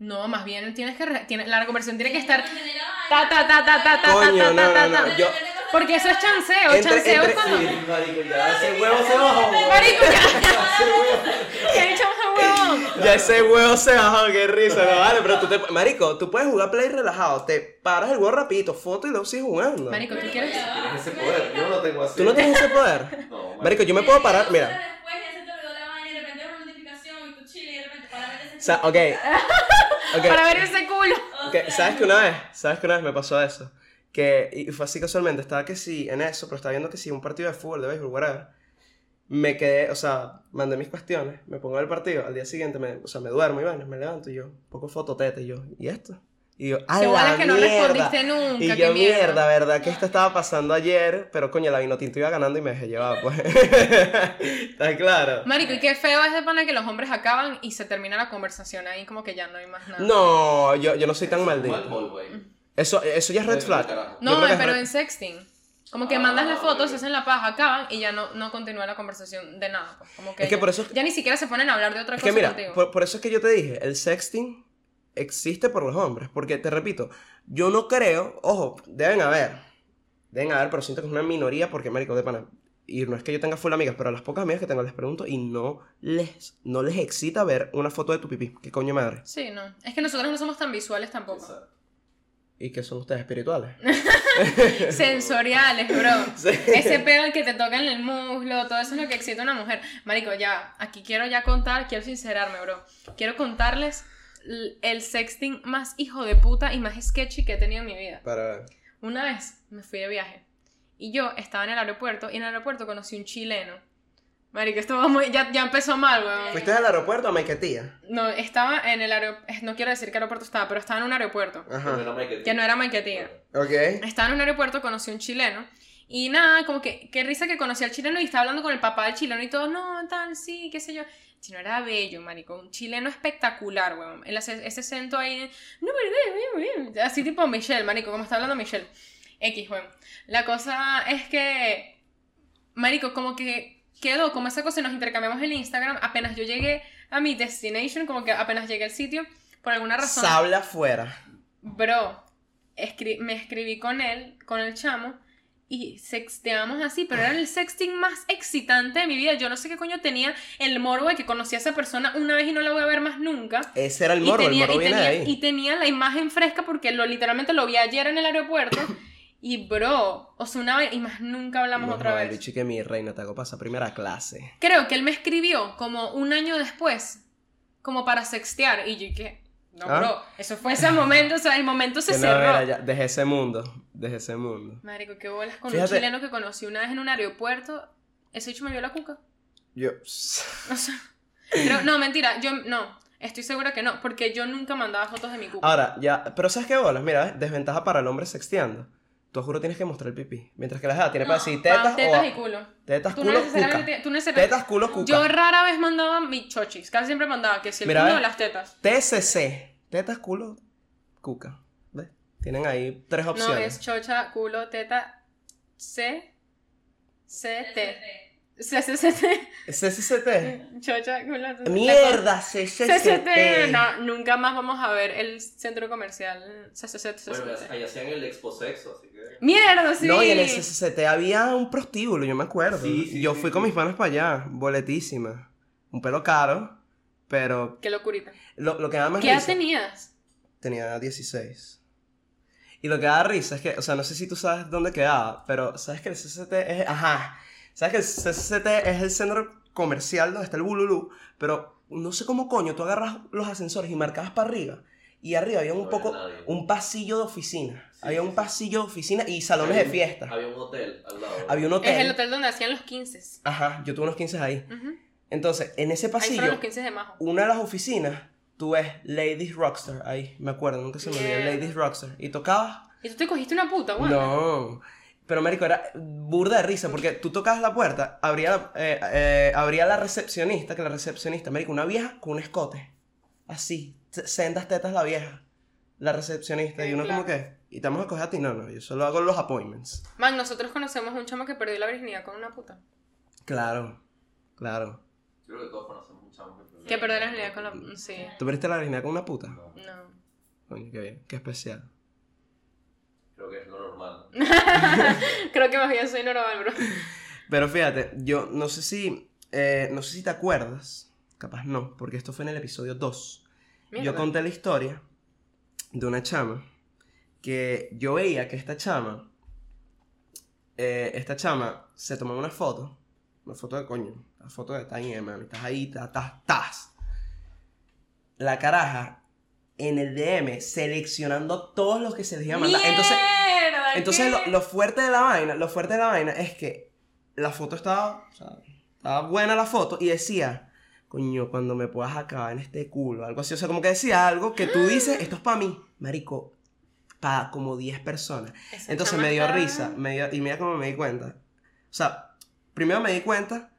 Speaker 2: No, más bien tienes que... re- tienes- la conversación tiene que estar... Ta,
Speaker 6: Ta,
Speaker 2: ta, ta, ta, ta, ta,
Speaker 1: Coño,
Speaker 2: ta,
Speaker 1: no,
Speaker 2: ta,
Speaker 1: no,
Speaker 2: ta,
Speaker 1: no,
Speaker 2: ta.
Speaker 1: yo-
Speaker 2: Porque eso es chanceo,
Speaker 1: Entre-
Speaker 2: chanceo
Speaker 1: entre-
Speaker 2: es cuando...
Speaker 1: sí.
Speaker 3: Marico, ya ese huevo se bajó.
Speaker 2: Marico, ya. ¿Qué echamos a huevón?
Speaker 1: Ya ese huevo se bajó, qué risa, no vale, pero tú te... Marico, tú puedes jugar play relajado, te paras el huevo rapidito, foto y luego sigues jugando.
Speaker 2: Marico, ¿tú quieres?
Speaker 3: Tienes ese poder, yo no lo tengo así.
Speaker 1: Tú no tienes ese poder.
Speaker 3: No, marico.
Speaker 1: Marico, yo me puedo parar, mira.
Speaker 6: Después ya se te olvidó la vaina y de repente una notificación y tú chile y de repente.
Speaker 1: sea, ok. Ok.
Speaker 2: Para ver ese culo.
Speaker 1: Ok, ¿Sabes que una vez? ¿Sabes que una vez me pasó eso? Que y fue así casualmente, estaba que sí en eso, pero estaba viendo que sí un partido de fútbol, de béisbol, whatever. Me quedé, o sea, mandé mis cuestiones, me pongo el partido, al día siguiente, me, o sea, me duermo y bueno, me levanto y yo, un poco fototete y yo, ¿y esto? Y yo, ¡ay,
Speaker 2: Qué bola
Speaker 1: la
Speaker 2: que no
Speaker 1: mierda!
Speaker 2: respondiste nunca.
Speaker 1: Y
Speaker 2: qué
Speaker 1: yo, mierda, ¿verdad? Que esto estaba pasando ayer, pero coño, la vino tinto iba ganando y me dejé llevar, pues. ¿Está claro?
Speaker 2: Marico, y qué feo es de pana que los hombres acaban y se termina la conversación ahí, como que ya no hay más nada.
Speaker 1: No, yo, yo no soy tan
Speaker 3: Mal
Speaker 1: maldito.
Speaker 3: bol, güey.
Speaker 1: Eso, eso ya es red flag.
Speaker 3: Carajo.
Speaker 1: yo
Speaker 2: No, eh,
Speaker 1: creo que es
Speaker 2: pero
Speaker 1: re-
Speaker 2: en sexting. Como que
Speaker 3: Ah,
Speaker 2: mandas las fotos, se
Speaker 3: ok.
Speaker 2: hacen la paja, acaban y ya no, no continúa la conversación de nada. pues, Como que
Speaker 1: Es que
Speaker 2: ya,
Speaker 1: por eso-
Speaker 2: ya ni siquiera se ponen a hablar de otra
Speaker 1: Es
Speaker 2: cosa
Speaker 1: que mira,
Speaker 2: contigo.
Speaker 1: por, por eso es que yo te dije, el sexting existe por los hombres, porque te repito, yo no creo, ojo, deben haber, deben haber, pero siento que es una minoría porque, marico, de pana, y no es que yo tenga full amigas, pero a las pocas amigas que tengo les pregunto y no les, no les excita ver una foto de tu pipí, qué coño madre,
Speaker 2: Sí, no. Es que nosotros no somos tan visuales tampoco.
Speaker 3: Exacto.
Speaker 1: y que son ustedes espirituales.
Speaker 2: Sensoriales, bro.
Speaker 1: Sí.
Speaker 2: Ese pedo el que te toca en el muslo, todo eso es lo que excita a una mujer. Marico, ya, aquí quiero ya contar, quiero sincerarme, bro. Quiero contarles l- el sexting más hijo de puta y más sketchy que he tenido en mi vida.
Speaker 1: Para ver.
Speaker 2: Una vez me fui de viaje y yo estaba en el aeropuerto y en el aeropuerto conocí un chileno. Marico, esto va muy- ya, ya empezó mal, weón.
Speaker 1: ¿Fuiste al aeropuerto a Maiquetía?
Speaker 2: No, estaba en el aeropuerto, no quiero decir qué aeropuerto estaba, pero estaba en un aeropuerto,
Speaker 3: No
Speaker 1: Ajá,
Speaker 3: era Michael.
Speaker 2: que no era Maiquetía.
Speaker 1: ok.
Speaker 2: Estaba en un aeropuerto, conocí a un chileno. Y nada, como que, qué risa que conocí al chileno y estaba hablando con el papá del chileno y todo, no, tal, sí, qué sé yo. El chileno era bello, marico, un chileno espectacular, weón. El, ese, ese acento ahí, de, no, pero, eh, eh, eh", así tipo Michelle, marico, como está hablando Michelle. X, weón. La cosa es que, marico, como que quedó como esa cosa y nos intercambiamos el Instagram. Apenas yo llegué a mi destination, como que apenas llegué al sitio, por alguna razón.
Speaker 1: Sable afuera.
Speaker 2: Bro, escri- me escribí con él, con el chamo, y sexteamos así, pero era el sexting más excitante de mi vida. Yo no sé qué coño tenía el morbo de que conocí a esa persona una vez y no la voy a ver más nunca.
Speaker 1: Ese era el
Speaker 2: Y
Speaker 1: morro, el
Speaker 2: tenía-
Speaker 1: morro
Speaker 2: y
Speaker 1: viene de
Speaker 2: tenía-
Speaker 1: ahí.
Speaker 2: y tenía la imagen fresca porque lo literalmente lo vi ayer en el aeropuerto. Y bro, o sea, una vez y más nunca hablamos
Speaker 1: No,
Speaker 2: otra
Speaker 1: no,
Speaker 2: vez.
Speaker 1: bicho que mi reina te hago pasar primera clase.
Speaker 2: Creo que él me escribió como un año después, como para sextear. Y yo dije, no,
Speaker 1: ¿Ah?
Speaker 2: bro, eso fue ese momento, o sea, el momento se
Speaker 1: Que no,
Speaker 2: cerró.
Speaker 1: era ya- desde ese mundo, desde ese mundo.
Speaker 2: Marico, qué bolas con
Speaker 1: Fíjate-
Speaker 2: un chileno que conocí una vez en un aeropuerto. Ese hecho me vio la cuca.
Speaker 1: Yo,
Speaker 2: O sea, pero no, mentira, yo no. Estoy segura que no, porque yo nunca mandaba fotos de mi cuca.
Speaker 1: ahora, ya, pero ¿sabes qué bolas? Mira, ¿ves? desventaja para el hombre sexteando. Tú juro tienes que mostrar el pipí. Mientras que la edad tiene para
Speaker 2: No,
Speaker 1: decir tetas,
Speaker 2: pa- tetas
Speaker 1: o...
Speaker 2: y culo.
Speaker 1: Tetas,
Speaker 2: Tú
Speaker 1: culo,
Speaker 2: necesariamente
Speaker 1: cuca.
Speaker 2: te- tú necesar-
Speaker 1: Tetas, culo, cuca.
Speaker 2: Yo rara vez mandaba mis chochis, casi siempre mandaba que si el
Speaker 1: Mira,
Speaker 2: culo
Speaker 1: ¿ves?
Speaker 2: o las tetas.
Speaker 1: TCC. Tetas, culo, cuca. ¿Ves? Tienen ahí tres
Speaker 2: No es
Speaker 1: opciones.
Speaker 2: chocha, culo, teta, C, C, T. C, C, C, T.
Speaker 1: CCCT.
Speaker 2: Chocha, culo, teta.
Speaker 1: Mierda,
Speaker 2: CCT.
Speaker 1: CCCT.
Speaker 2: No, nunca más vamos a ver el centro comercial CCCT.
Speaker 3: Bueno, allá hacían el expo sexo, así que.
Speaker 2: Mierda, sí.
Speaker 1: No, y en el CCCT había un prostíbulo, yo me acuerdo.
Speaker 3: Sí, sí,
Speaker 1: yo
Speaker 3: sí,
Speaker 1: fui
Speaker 3: sí.
Speaker 1: con mis manos para allá, boletísima. Un pelo caro, pero
Speaker 2: Qué locurita.
Speaker 1: lo, Pues lo que da más
Speaker 2: ¿Qué edad
Speaker 1: risa-
Speaker 2: tenías?
Speaker 1: Tenía 16. Y lo que da risa es que, o sea, no sé si tú sabes dónde quedaba, pero sabes que el CCT es. Ajá. Sabes que el CCT es el centro comercial donde está el Bululú, pero no sé cómo coño, tú agarras los ascensores y marcabas para arriba. Y arriba había un
Speaker 3: No había
Speaker 1: poco.
Speaker 3: nadie.
Speaker 1: Un pasillo de oficina.
Speaker 3: Sí,
Speaker 1: había
Speaker 3: sí,
Speaker 1: un
Speaker 3: sí.
Speaker 1: pasillo de oficina y salones de
Speaker 3: Había un-
Speaker 1: fiesta.
Speaker 3: Había un hotel al lado.
Speaker 1: Había un hotel.
Speaker 2: Es el hotel donde hacían los 15.
Speaker 1: Ajá, yo tuve unos 15 ahí.
Speaker 2: Ujú.
Speaker 1: Entonces, en ese
Speaker 2: Ahí
Speaker 1: pasillo,
Speaker 2: fueron los 15 de Majo.
Speaker 1: una de las oficinas, tú ves Ladies Rockstar ahí. Me acuerdo, nunca se me olvidó
Speaker 2: Mierda.
Speaker 1: Ladies Rockstar. Y tocabas.
Speaker 2: ¿Y tú te cogiste una puta, güey?
Speaker 1: No. Pero, Mérico, era burda de risa porque tú tocabas la puerta, abría la, eh, eh, abría la recepcionista, que la recepcionista, Mérico, una vieja con un escote. Así, se- sendas tetas la vieja. La recepcionista,
Speaker 2: Sí,
Speaker 1: y uno
Speaker 2: claro.
Speaker 1: como que, y te vamos a coger a ti, no, no, yo solo hago los appointments.
Speaker 2: Man, nosotros conocemos a un chamo que perdió la virginidad con una puta.
Speaker 1: Claro, claro.
Speaker 3: Yo creo que todos conocemos un chamo que.
Speaker 2: Que perdió la virginidad con
Speaker 1: Mm.
Speaker 2: la... Sí.
Speaker 1: ¿Tú perdiste la virginidad con una puta?
Speaker 3: No,
Speaker 2: No.
Speaker 1: Coño, qué bien, qué especial.
Speaker 3: creo que es lo normal.
Speaker 2: Creo que más bien soy normal, bro.
Speaker 1: Pero fíjate, yo no sé si, eh, no sé si te acuerdas, capaz no, porque esto fue en el episodio 2.
Speaker 2: Mierda.
Speaker 1: Yo conté la historia de una chama que yo veía que esta chama, eh, esta chama se tomó una foto, una foto de coño, una foto de Tiny Emma, estás ahí, estás, estás. la caraja en el DM seleccionando a todos los que se les iba a mandar. Entonces,
Speaker 2: Mierda,
Speaker 1: entonces lo,
Speaker 2: ¿qué?
Speaker 1: lo fuerte de la vaina, lo fuerte de la vaina es que la foto estaba, o sea, estaba buena la foto y decía, coño, cuando me puedas acabar en este culo, algo así, o sea, como que decía algo que tú dices, esto es para mí, marico, para como 10 personas.
Speaker 2: Esa
Speaker 1: Entonces
Speaker 2: chama
Speaker 1: me dio
Speaker 2: está-
Speaker 1: risa, me dio- y mira cómo me di cuenta. O sea, primero me di cuenta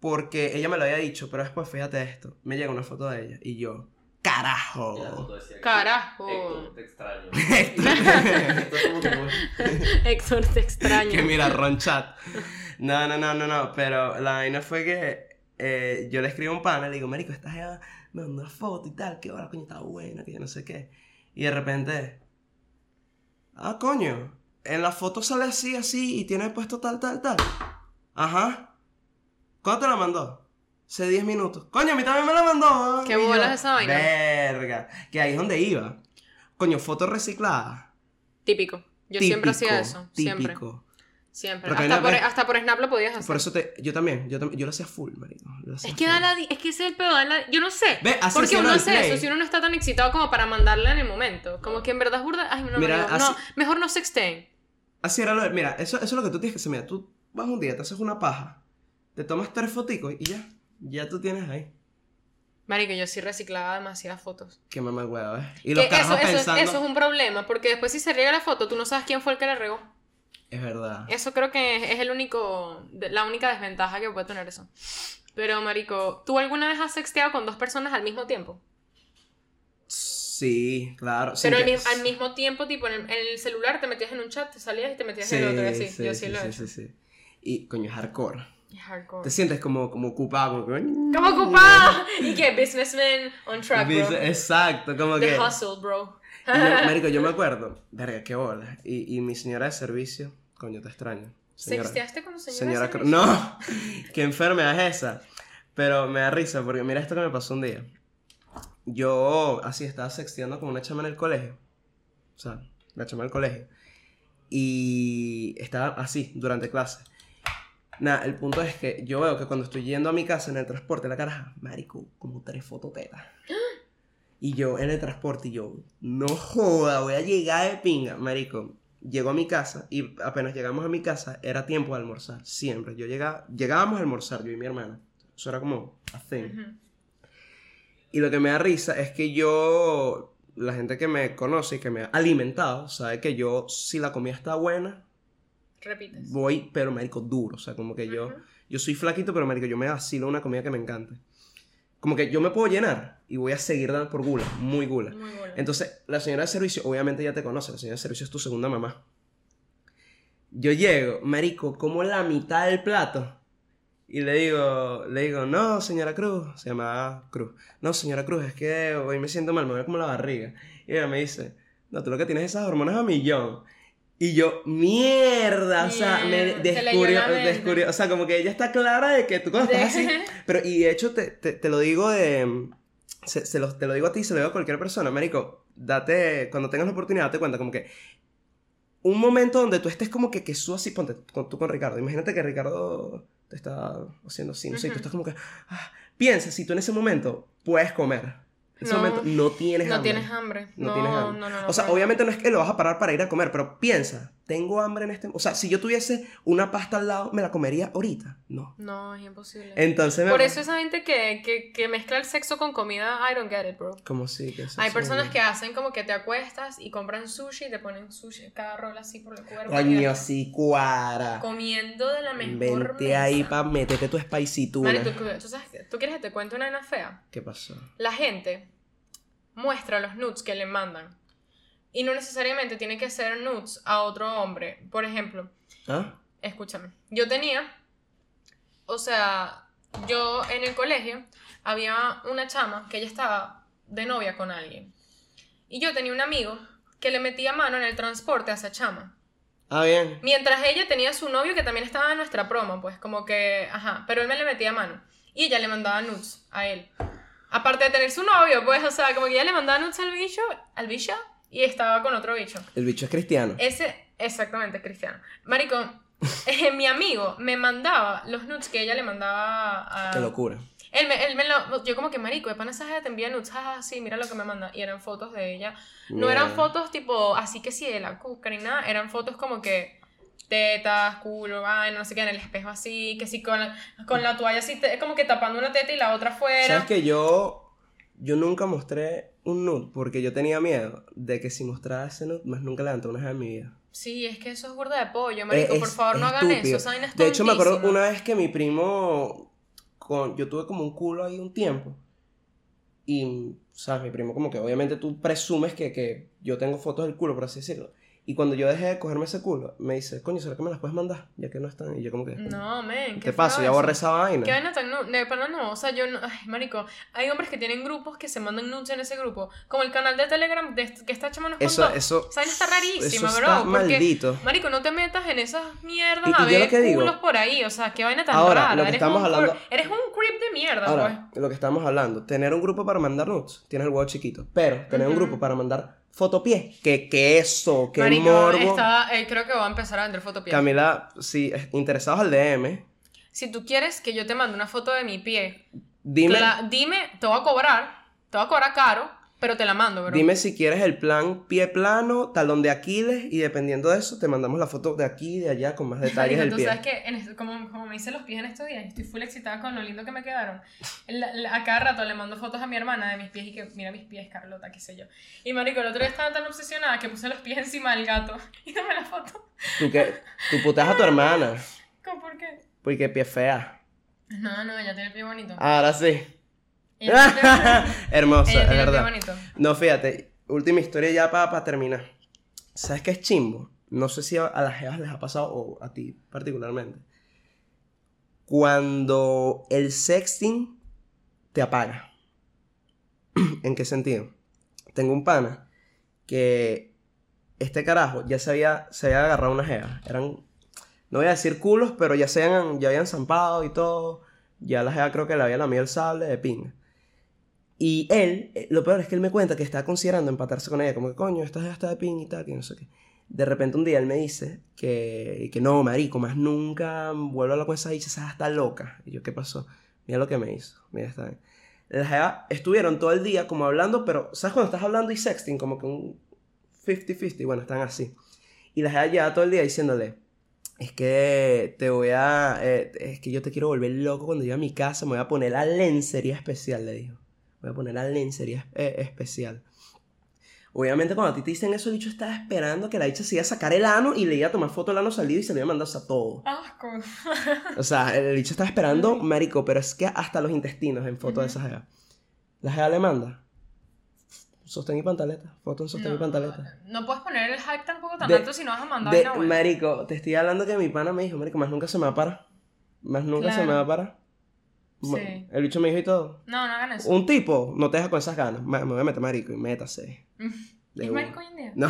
Speaker 1: porque ella me lo había dicho, pero después fíjate esto, me llega una foto de ella y yo,
Speaker 3: Y la foto
Speaker 1: carajo.
Speaker 3: decía,
Speaker 2: Carajo.
Speaker 3: Héctor, te extraño.
Speaker 1: Esto-
Speaker 3: Esto es como que muy-
Speaker 2: Héctor, te extraño.
Speaker 1: que mira, ronchat. No, no, no, no, no, pero la vaina fue que eh, yo le escribo a un pana, le digo, marico, esta jeva me mandó una foto y tal, que ahora coño está buena, que yo no sé qué. Y de repente, ah, coño, en la foto sale así, así, y tiene puesto tal, tal, tal. Ajá. ¿Cuándo te la mandó? Hace 10 minutos. Coño, a mí también me la mandó.
Speaker 2: ¿Qué
Speaker 1: Y yo,
Speaker 2: bolas esa vaina?
Speaker 1: Verga. Que ahí es donde iba. Coño, foto reciclada.
Speaker 2: Típico. Yo siempre hacía
Speaker 1: Típico,
Speaker 2: eso. Siempre.
Speaker 1: Típico.
Speaker 2: Siempre.
Speaker 1: Porque
Speaker 2: Hasta
Speaker 1: no-
Speaker 2: por, hasta por Snap lo podías hacer.
Speaker 1: Por eso te, yo también, yo, tam- yo lo hacía full, marico. lo hacía
Speaker 2: Es que
Speaker 1: full.
Speaker 2: da la di- es que ese es el pedo, da la- yo no sé.
Speaker 1: Ve, así
Speaker 2: Porque
Speaker 1: hacía
Speaker 2: uno
Speaker 1: lo del
Speaker 2: hace
Speaker 1: play.
Speaker 2: eso si uno no está tan excitado como para mandarla en el momento. Como que en verdad es burda. Ay, no,
Speaker 1: Mira,
Speaker 2: marico,
Speaker 1: así-
Speaker 2: no, mejor no sexten.
Speaker 1: Así era lo de- mira, eso, eso es lo que tú tienes que hacer, mira, tú vas un día, te haces una paja, te tomas tres foticos y ya, ya tú tienes ahí.
Speaker 2: Marico, yo sí reciclaba demasiadas fotos.
Speaker 1: Qué mamá huevo, ¿eh? Y
Speaker 2: Que
Speaker 1: los
Speaker 2: eso,
Speaker 1: carajos
Speaker 2: eso, es-
Speaker 1: pensando,
Speaker 2: eso es un problema, porque después si se riega la foto, tú no sabes quién fue el que la regó.
Speaker 1: es verdad.
Speaker 2: Eso creo que es, es el único, de- la única desventaja que puede tener eso. Pero, marico, ¿tú alguna vez has sexteado con dos personas al mismo tiempo?
Speaker 1: Sí, claro. sin
Speaker 2: Pero al,
Speaker 1: que-
Speaker 2: mi- al mismo tiempo, tipo, en el, en el celular te metías en un chat, te salías y te metías
Speaker 1: sí,
Speaker 2: en el otro, y así.
Speaker 1: sí,
Speaker 2: yo sí,
Speaker 1: sí,
Speaker 2: lo he
Speaker 1: sí,
Speaker 2: hecho.
Speaker 1: sí, sí. Y coño, es hardcore.
Speaker 2: Es hardcore.
Speaker 1: Te sientes como, como ocupado. Como,
Speaker 2: ¿Cómo ocupado? ¿Y qué? Businessman on track, bro.
Speaker 1: Dice- Exacto, como
Speaker 2: The
Speaker 1: que...
Speaker 2: hustle, bro.
Speaker 1: Y yo, marico, yo me acuerdo, verga, qué bola. Y, y mi señora de servicio, coño, te extraño. Señora.
Speaker 2: ¿Sexteaste con tu señora?
Speaker 1: Señora,
Speaker 2: de
Speaker 1: Cro-
Speaker 2: servicio?
Speaker 1: no, qué enfermedad es esa. Pero me da risa porque mira esto que me pasó un día. Yo así estaba sexteando con una chama en el colegio. O sea, la chama del colegio. Y estaba así durante clase. Nada, el punto es que yo veo que cuando estoy yendo a mi casa en el transporte, la caraja, marico, como tres fototetas. Y yo en el transporte, y yo, no joda, voy a llegar de pinga, marico. Llego a mi casa y apenas llegamos a mi casa era tiempo de almorzar, siempre. Yo llegaba, llegábamos a almorzar, yo y mi hermana. Eso era como a thing.
Speaker 2: Ujú.
Speaker 1: Y lo que me da risa es que yo, la gente que me conoce y que me ha alimentado, sabe que yo, si la comida está buena,
Speaker 2: Repites.
Speaker 1: voy, pero marico, duro. O sea, como que yo,
Speaker 2: Ujú.
Speaker 1: yo soy flaquito, pero marico, yo me vacilo una comida que me encante. Como que yo me puedo llenar y voy a seguir dando por gula, muy gula.
Speaker 2: Muy bueno.
Speaker 1: Entonces, la señora de servicio, obviamente ya te conoce, la señora de servicio es tu segunda mamá. Yo llego, marico, como la mitad del plato. Y le digo, le digo, no, señora Cruz, se llamaba Cruz. No, señora Cruz, es que hoy me siento mal, me duele como la barriga. Y ella me dice, no, tú lo que tienes es esas hormonas a millón. Y yo, mierda, o sea, me
Speaker 2: Mierda, te leyó
Speaker 1: descubrió,
Speaker 2: la mente.
Speaker 1: descubrió, o sea, como que ella está clara de que tú cuando estás así, pero, y de hecho, te, te- te lo digo de. Se, se los- te lo digo a ti, se lo digo a cualquier persona, Marico. Date. Cuando tengas la oportunidad, date cuenta, como que. Un momento donde tú estés como que, que su así, ponte con, tú con Ricardo. Imagínate que Ricardo te está haciendo así, no sé, y tú
Speaker 2: Ujú.
Speaker 1: estás como que. ah, piensa, si tú en ese momento puedes comer. En ese
Speaker 2: No.
Speaker 1: momento no tienes
Speaker 2: no
Speaker 1: hambre.
Speaker 2: tienes hambre.
Speaker 1: No tienes hambre.
Speaker 2: No, no, no,
Speaker 1: O sea,
Speaker 2: pero-
Speaker 1: obviamente no es que lo vas a parar para ir a comer, pero piensa, tengo hambre en este. O sea, si yo tuviese una pasta al lado, ¿me la comería ahorita? No.
Speaker 2: No, es imposible.
Speaker 1: Entonces me-
Speaker 2: Por eso esa gente que, que, que mezcla el sexo con comida, I don't get it, bro.
Speaker 1: Como sí, que eso
Speaker 2: Hay
Speaker 1: sí,
Speaker 2: personas
Speaker 1: güey.
Speaker 2: que hacen como que te acuestas y compran sushi y te ponen sushi, cada rol así por el cuerpo.
Speaker 1: Coño, sí, cuara.
Speaker 2: Comiendo de la mejor
Speaker 1: Vente ahí
Speaker 2: mesa.
Speaker 1: pa' meterte tu spicy tuna.
Speaker 2: Mari, ¿tú, tú sabes- ¿tú quieres que te cuente una nena fea?
Speaker 1: ¿Qué pasó?
Speaker 2: La gente muestra los nudes que le mandan. Y no necesariamente tiene que ser nudes a otro hombre. Por ejemplo,
Speaker 1: ¿Ah?
Speaker 2: escúchame, yo tenía, o sea, yo en el colegio había una chama que ella estaba de novia con alguien. Y yo tenía un amigo que le metía mano en el transporte a esa chama.
Speaker 1: Ah, bien.
Speaker 2: Mientras ella tenía su novio que también estaba en nuestra promo, pues como que, ajá, pero él me le metía mano. Y ella le mandaba nudes a él. Aparte de tener su novio, pues, o sea, como que ella le mandaba nudes al bicho, al bicho, y estaba con otro bicho.
Speaker 1: El bicho es cristiano.
Speaker 2: Ese, exactamente, Cristiano. Marico, eh, mi amigo me mandaba los nudes que ella le mandaba a...
Speaker 1: Qué locura.
Speaker 2: Él me, él me lo, yo como que, marico, de pana esa gente te envía nudes, ah, sí, mira lo que me manda. Y eran fotos de ella. No eran
Speaker 1: Mierda.
Speaker 2: fotos tipo, así que sí, de la cuca ni nada. Eran fotos como que tetas, culo, vaina, no sé qué, en el espejo así, que sí, con la, con la toalla así, te- como que tapando una teta y la otra
Speaker 1: ¿Sabes
Speaker 2: afuera.
Speaker 1: que yo, yo nunca mostré un nude porque yo tenía miedo de que si mostraba ese nude, más nunca levanté una vez en mi vida.
Speaker 2: Sí, es que eso es burda de pollo, marico,
Speaker 1: Eh, Es-
Speaker 2: por favor, no hagan
Speaker 1: estúpido.
Speaker 2: eso, esa vaina es
Speaker 1: De hecho, me acuerdo
Speaker 2: tontísima.
Speaker 1: una vez que mi primo, con, yo tuve como un culo ahí un tiempo. Y, ¿sabes? Mi primo, como que obviamente tú presumes que, que yo tengo fotos del culo, por así decirlo. Y cuando yo dejé de cogerme ese culo, me dice, coño, ¿será que me las puedes mandar? Ya que no están. Y yo, como que.
Speaker 2: No, men,
Speaker 1: te
Speaker 2: Mm, qué
Speaker 1: paso,
Speaker 2: feo
Speaker 1: ya
Speaker 2: eso.
Speaker 1: borré esa vaina.
Speaker 2: ¿Qué vaina tan nu- De pana no, o sea, yo no. Ay, marico, hay hombres que tienen grupos que se mandan nudes en ese grupo. Como el canal de Telegram de est- que está chama nos
Speaker 1: Eso,
Speaker 2: contó.
Speaker 1: eso.
Speaker 2: Esa vaina está rarísima,
Speaker 1: eso
Speaker 2: bro.
Speaker 1: está
Speaker 2: porque,
Speaker 1: maldito.
Speaker 2: marico, no te metas en esas mierdas
Speaker 1: Y- y
Speaker 2: a
Speaker 1: yo lo
Speaker 2: ver
Speaker 1: que digo-
Speaker 2: culos por ahí. O sea, qué vaina tan
Speaker 1: Ahora,
Speaker 2: rara.
Speaker 1: lo que
Speaker 2: eres
Speaker 1: estamos
Speaker 2: un
Speaker 1: hablando-
Speaker 2: cur- Eres un creep de mierda, pues.
Speaker 1: Ahora, lo que estamos hablando, tener un grupo para mandar nudes, tienes el huevo chiquito, pero tener un
Speaker 2: Ujú.
Speaker 1: grupo para mandar fotopié, que, que eso, que
Speaker 2: pues. Marico,
Speaker 1: morbo.
Speaker 2: está- eh, creo que va a empezar a vender fotopiel.
Speaker 1: Camila, si eh, interesados al DM,
Speaker 2: Si tú quieres que yo te mande una foto de mi pie,
Speaker 1: dime,
Speaker 2: cla- dime, te voy a cobrar, te voy a cobrar caro, pero te la mando, bro.
Speaker 1: dime si quieres el plan pie plano, talón de Aquiles, y dependiendo de eso, te mandamos la foto de aquí y de allá con más detalles
Speaker 2: Marico,
Speaker 1: del
Speaker 2: tú
Speaker 1: pie.
Speaker 2: sabes que, en esto- como, como me hice los pies en estos días, estoy full excitada con lo lindo que me quedaron. La- la- a cada rato le mando fotos a mi hermana de mis pies y que, mira mis pies, Carlota, qué sé yo. Y marico, el otro día estaba tan obsesionada que puse los pies encima del gato y tomé la foto.
Speaker 1: Tú, que, tú puteas a tu hermana,
Speaker 2: ¿Cómo, ¿Por qué?
Speaker 1: porque pie fea.
Speaker 2: No, no, ella tiene el pie bonito.
Speaker 1: Ahora sí.
Speaker 2: Ella tiene el pie-
Speaker 1: Hermosa,
Speaker 2: ella
Speaker 1: Ah. es
Speaker 2: tiene el pie
Speaker 1: verdad.
Speaker 2: bonito.
Speaker 1: No, fíjate, última historia ya para terminar. ¿Sabes qué es chimbo? No sé si a, a las jevas les ha pasado o a ti particularmente. Cuando el sexting te apaga. ¿En qué sentido? Tengo un pana que este carajo ya se había, se había agarrado una jeva. Eran, no voy a decir culos, pero ya se habían, ya habían zampado y todo. Ya la jeva creo que le había lamido el sable de pinga. Y él, eh, lo peor es que él me cuenta que está considerando empatarse con ella, como que coño, esta jeva está de pin y tal, que no sé qué. De repente un día él me dice que, que no, marico, más nunca vuelvo a hablar con esa bicha, esa jeva está loca. Y yo, ¿qué pasó? Mira lo que me hizo, mira esta vaina. La jeva estuvieron todo el día como hablando, pero ¿sabes cuando estás hablando y sexting? Como que un 50-50, bueno, están así. Y la jeva lleva todo el día diciéndole, es que te voy a, eh, es que yo te quiero volver loco cuando llegue a mi casa, me voy a poner la lencería especial, le dijo. Voy a poner la lencería eh, especial. Obviamente, cuando a ti te dicen eso, el bicho estaba esperando que la dicha se iba a sacar el ano y le iba a tomar foto del ano salido y se le iba a mandar o sea, todo.
Speaker 2: Asco.
Speaker 1: O sea, el bicho estaba esperando, marico, pero es que hasta los intestinos en foto de
Speaker 2: Ujú.
Speaker 1: esa jeva. La jeva le manda sostén y pantaleta, foto en sostén y
Speaker 2: No,
Speaker 1: pantaleta.
Speaker 2: no puedes poner el hype tampoco tan
Speaker 1: De-
Speaker 2: alto si no vas a mandar
Speaker 1: De-
Speaker 2: una buena.
Speaker 1: marico, te estoy hablando que mi pana me dijo, marico, más nunca se me va a parar. Más nunca se me
Speaker 2: Claro.
Speaker 1: va a parar. Ma-
Speaker 2: Sí.
Speaker 1: El bicho me dijo y todo.
Speaker 2: No, no hagan eso.
Speaker 1: Un tipo no te deja con esas ganas. Ma- Me voy a meter marico y métase. De
Speaker 2: ¿Es
Speaker 1: una.
Speaker 2: marico hoy en día?
Speaker 1: No.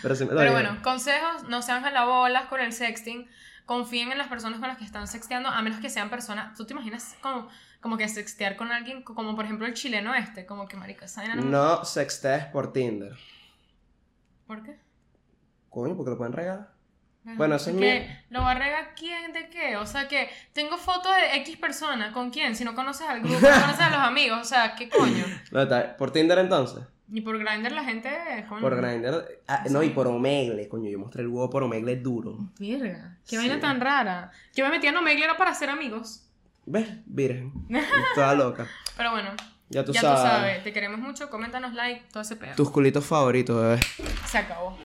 Speaker 1: Pero sí me lo
Speaker 2: Pero
Speaker 1: digo.
Speaker 2: bueno, consejos, no sean jalabolas con el sexting, confíen en las personas con las que están sexteando, a menos que sean personas, tú te imaginas como, como que sextear con alguien, co- como por ejemplo el chileno este, como que marica, ¿saben? algo?
Speaker 1: No sextees por Tinder.
Speaker 2: ¿Por qué?
Speaker 1: Coño, porque lo pueden regalar. Bueno, eso es
Speaker 2: que ¿Lo va a regar quién de qué? O sea que tengo fotos de X persona, ¿con quién? Si no conoces al grupo, no conoces a los amigos, o sea, ¿qué coño?
Speaker 1: No, está- por Tinder entonces.
Speaker 2: Y por Grindr la gente, coño.
Speaker 1: Por Grindr. ah, no, y por Omegle, coño. Yo mostré el huevo por Omegle duro.
Speaker 2: Verga,
Speaker 1: Sí.
Speaker 2: qué vaina tan rara. Yo me metía en Omegle era para hacer amigos.
Speaker 1: ¿Ves? Virgen. Toda loca.
Speaker 2: Pero bueno,
Speaker 1: Ya tú
Speaker 2: ya
Speaker 1: sabes.
Speaker 2: tú sabes, te queremos mucho, coméntanos like, todo ese pedo.
Speaker 1: Tus culitos favoritos, bebé.
Speaker 2: Se acabó.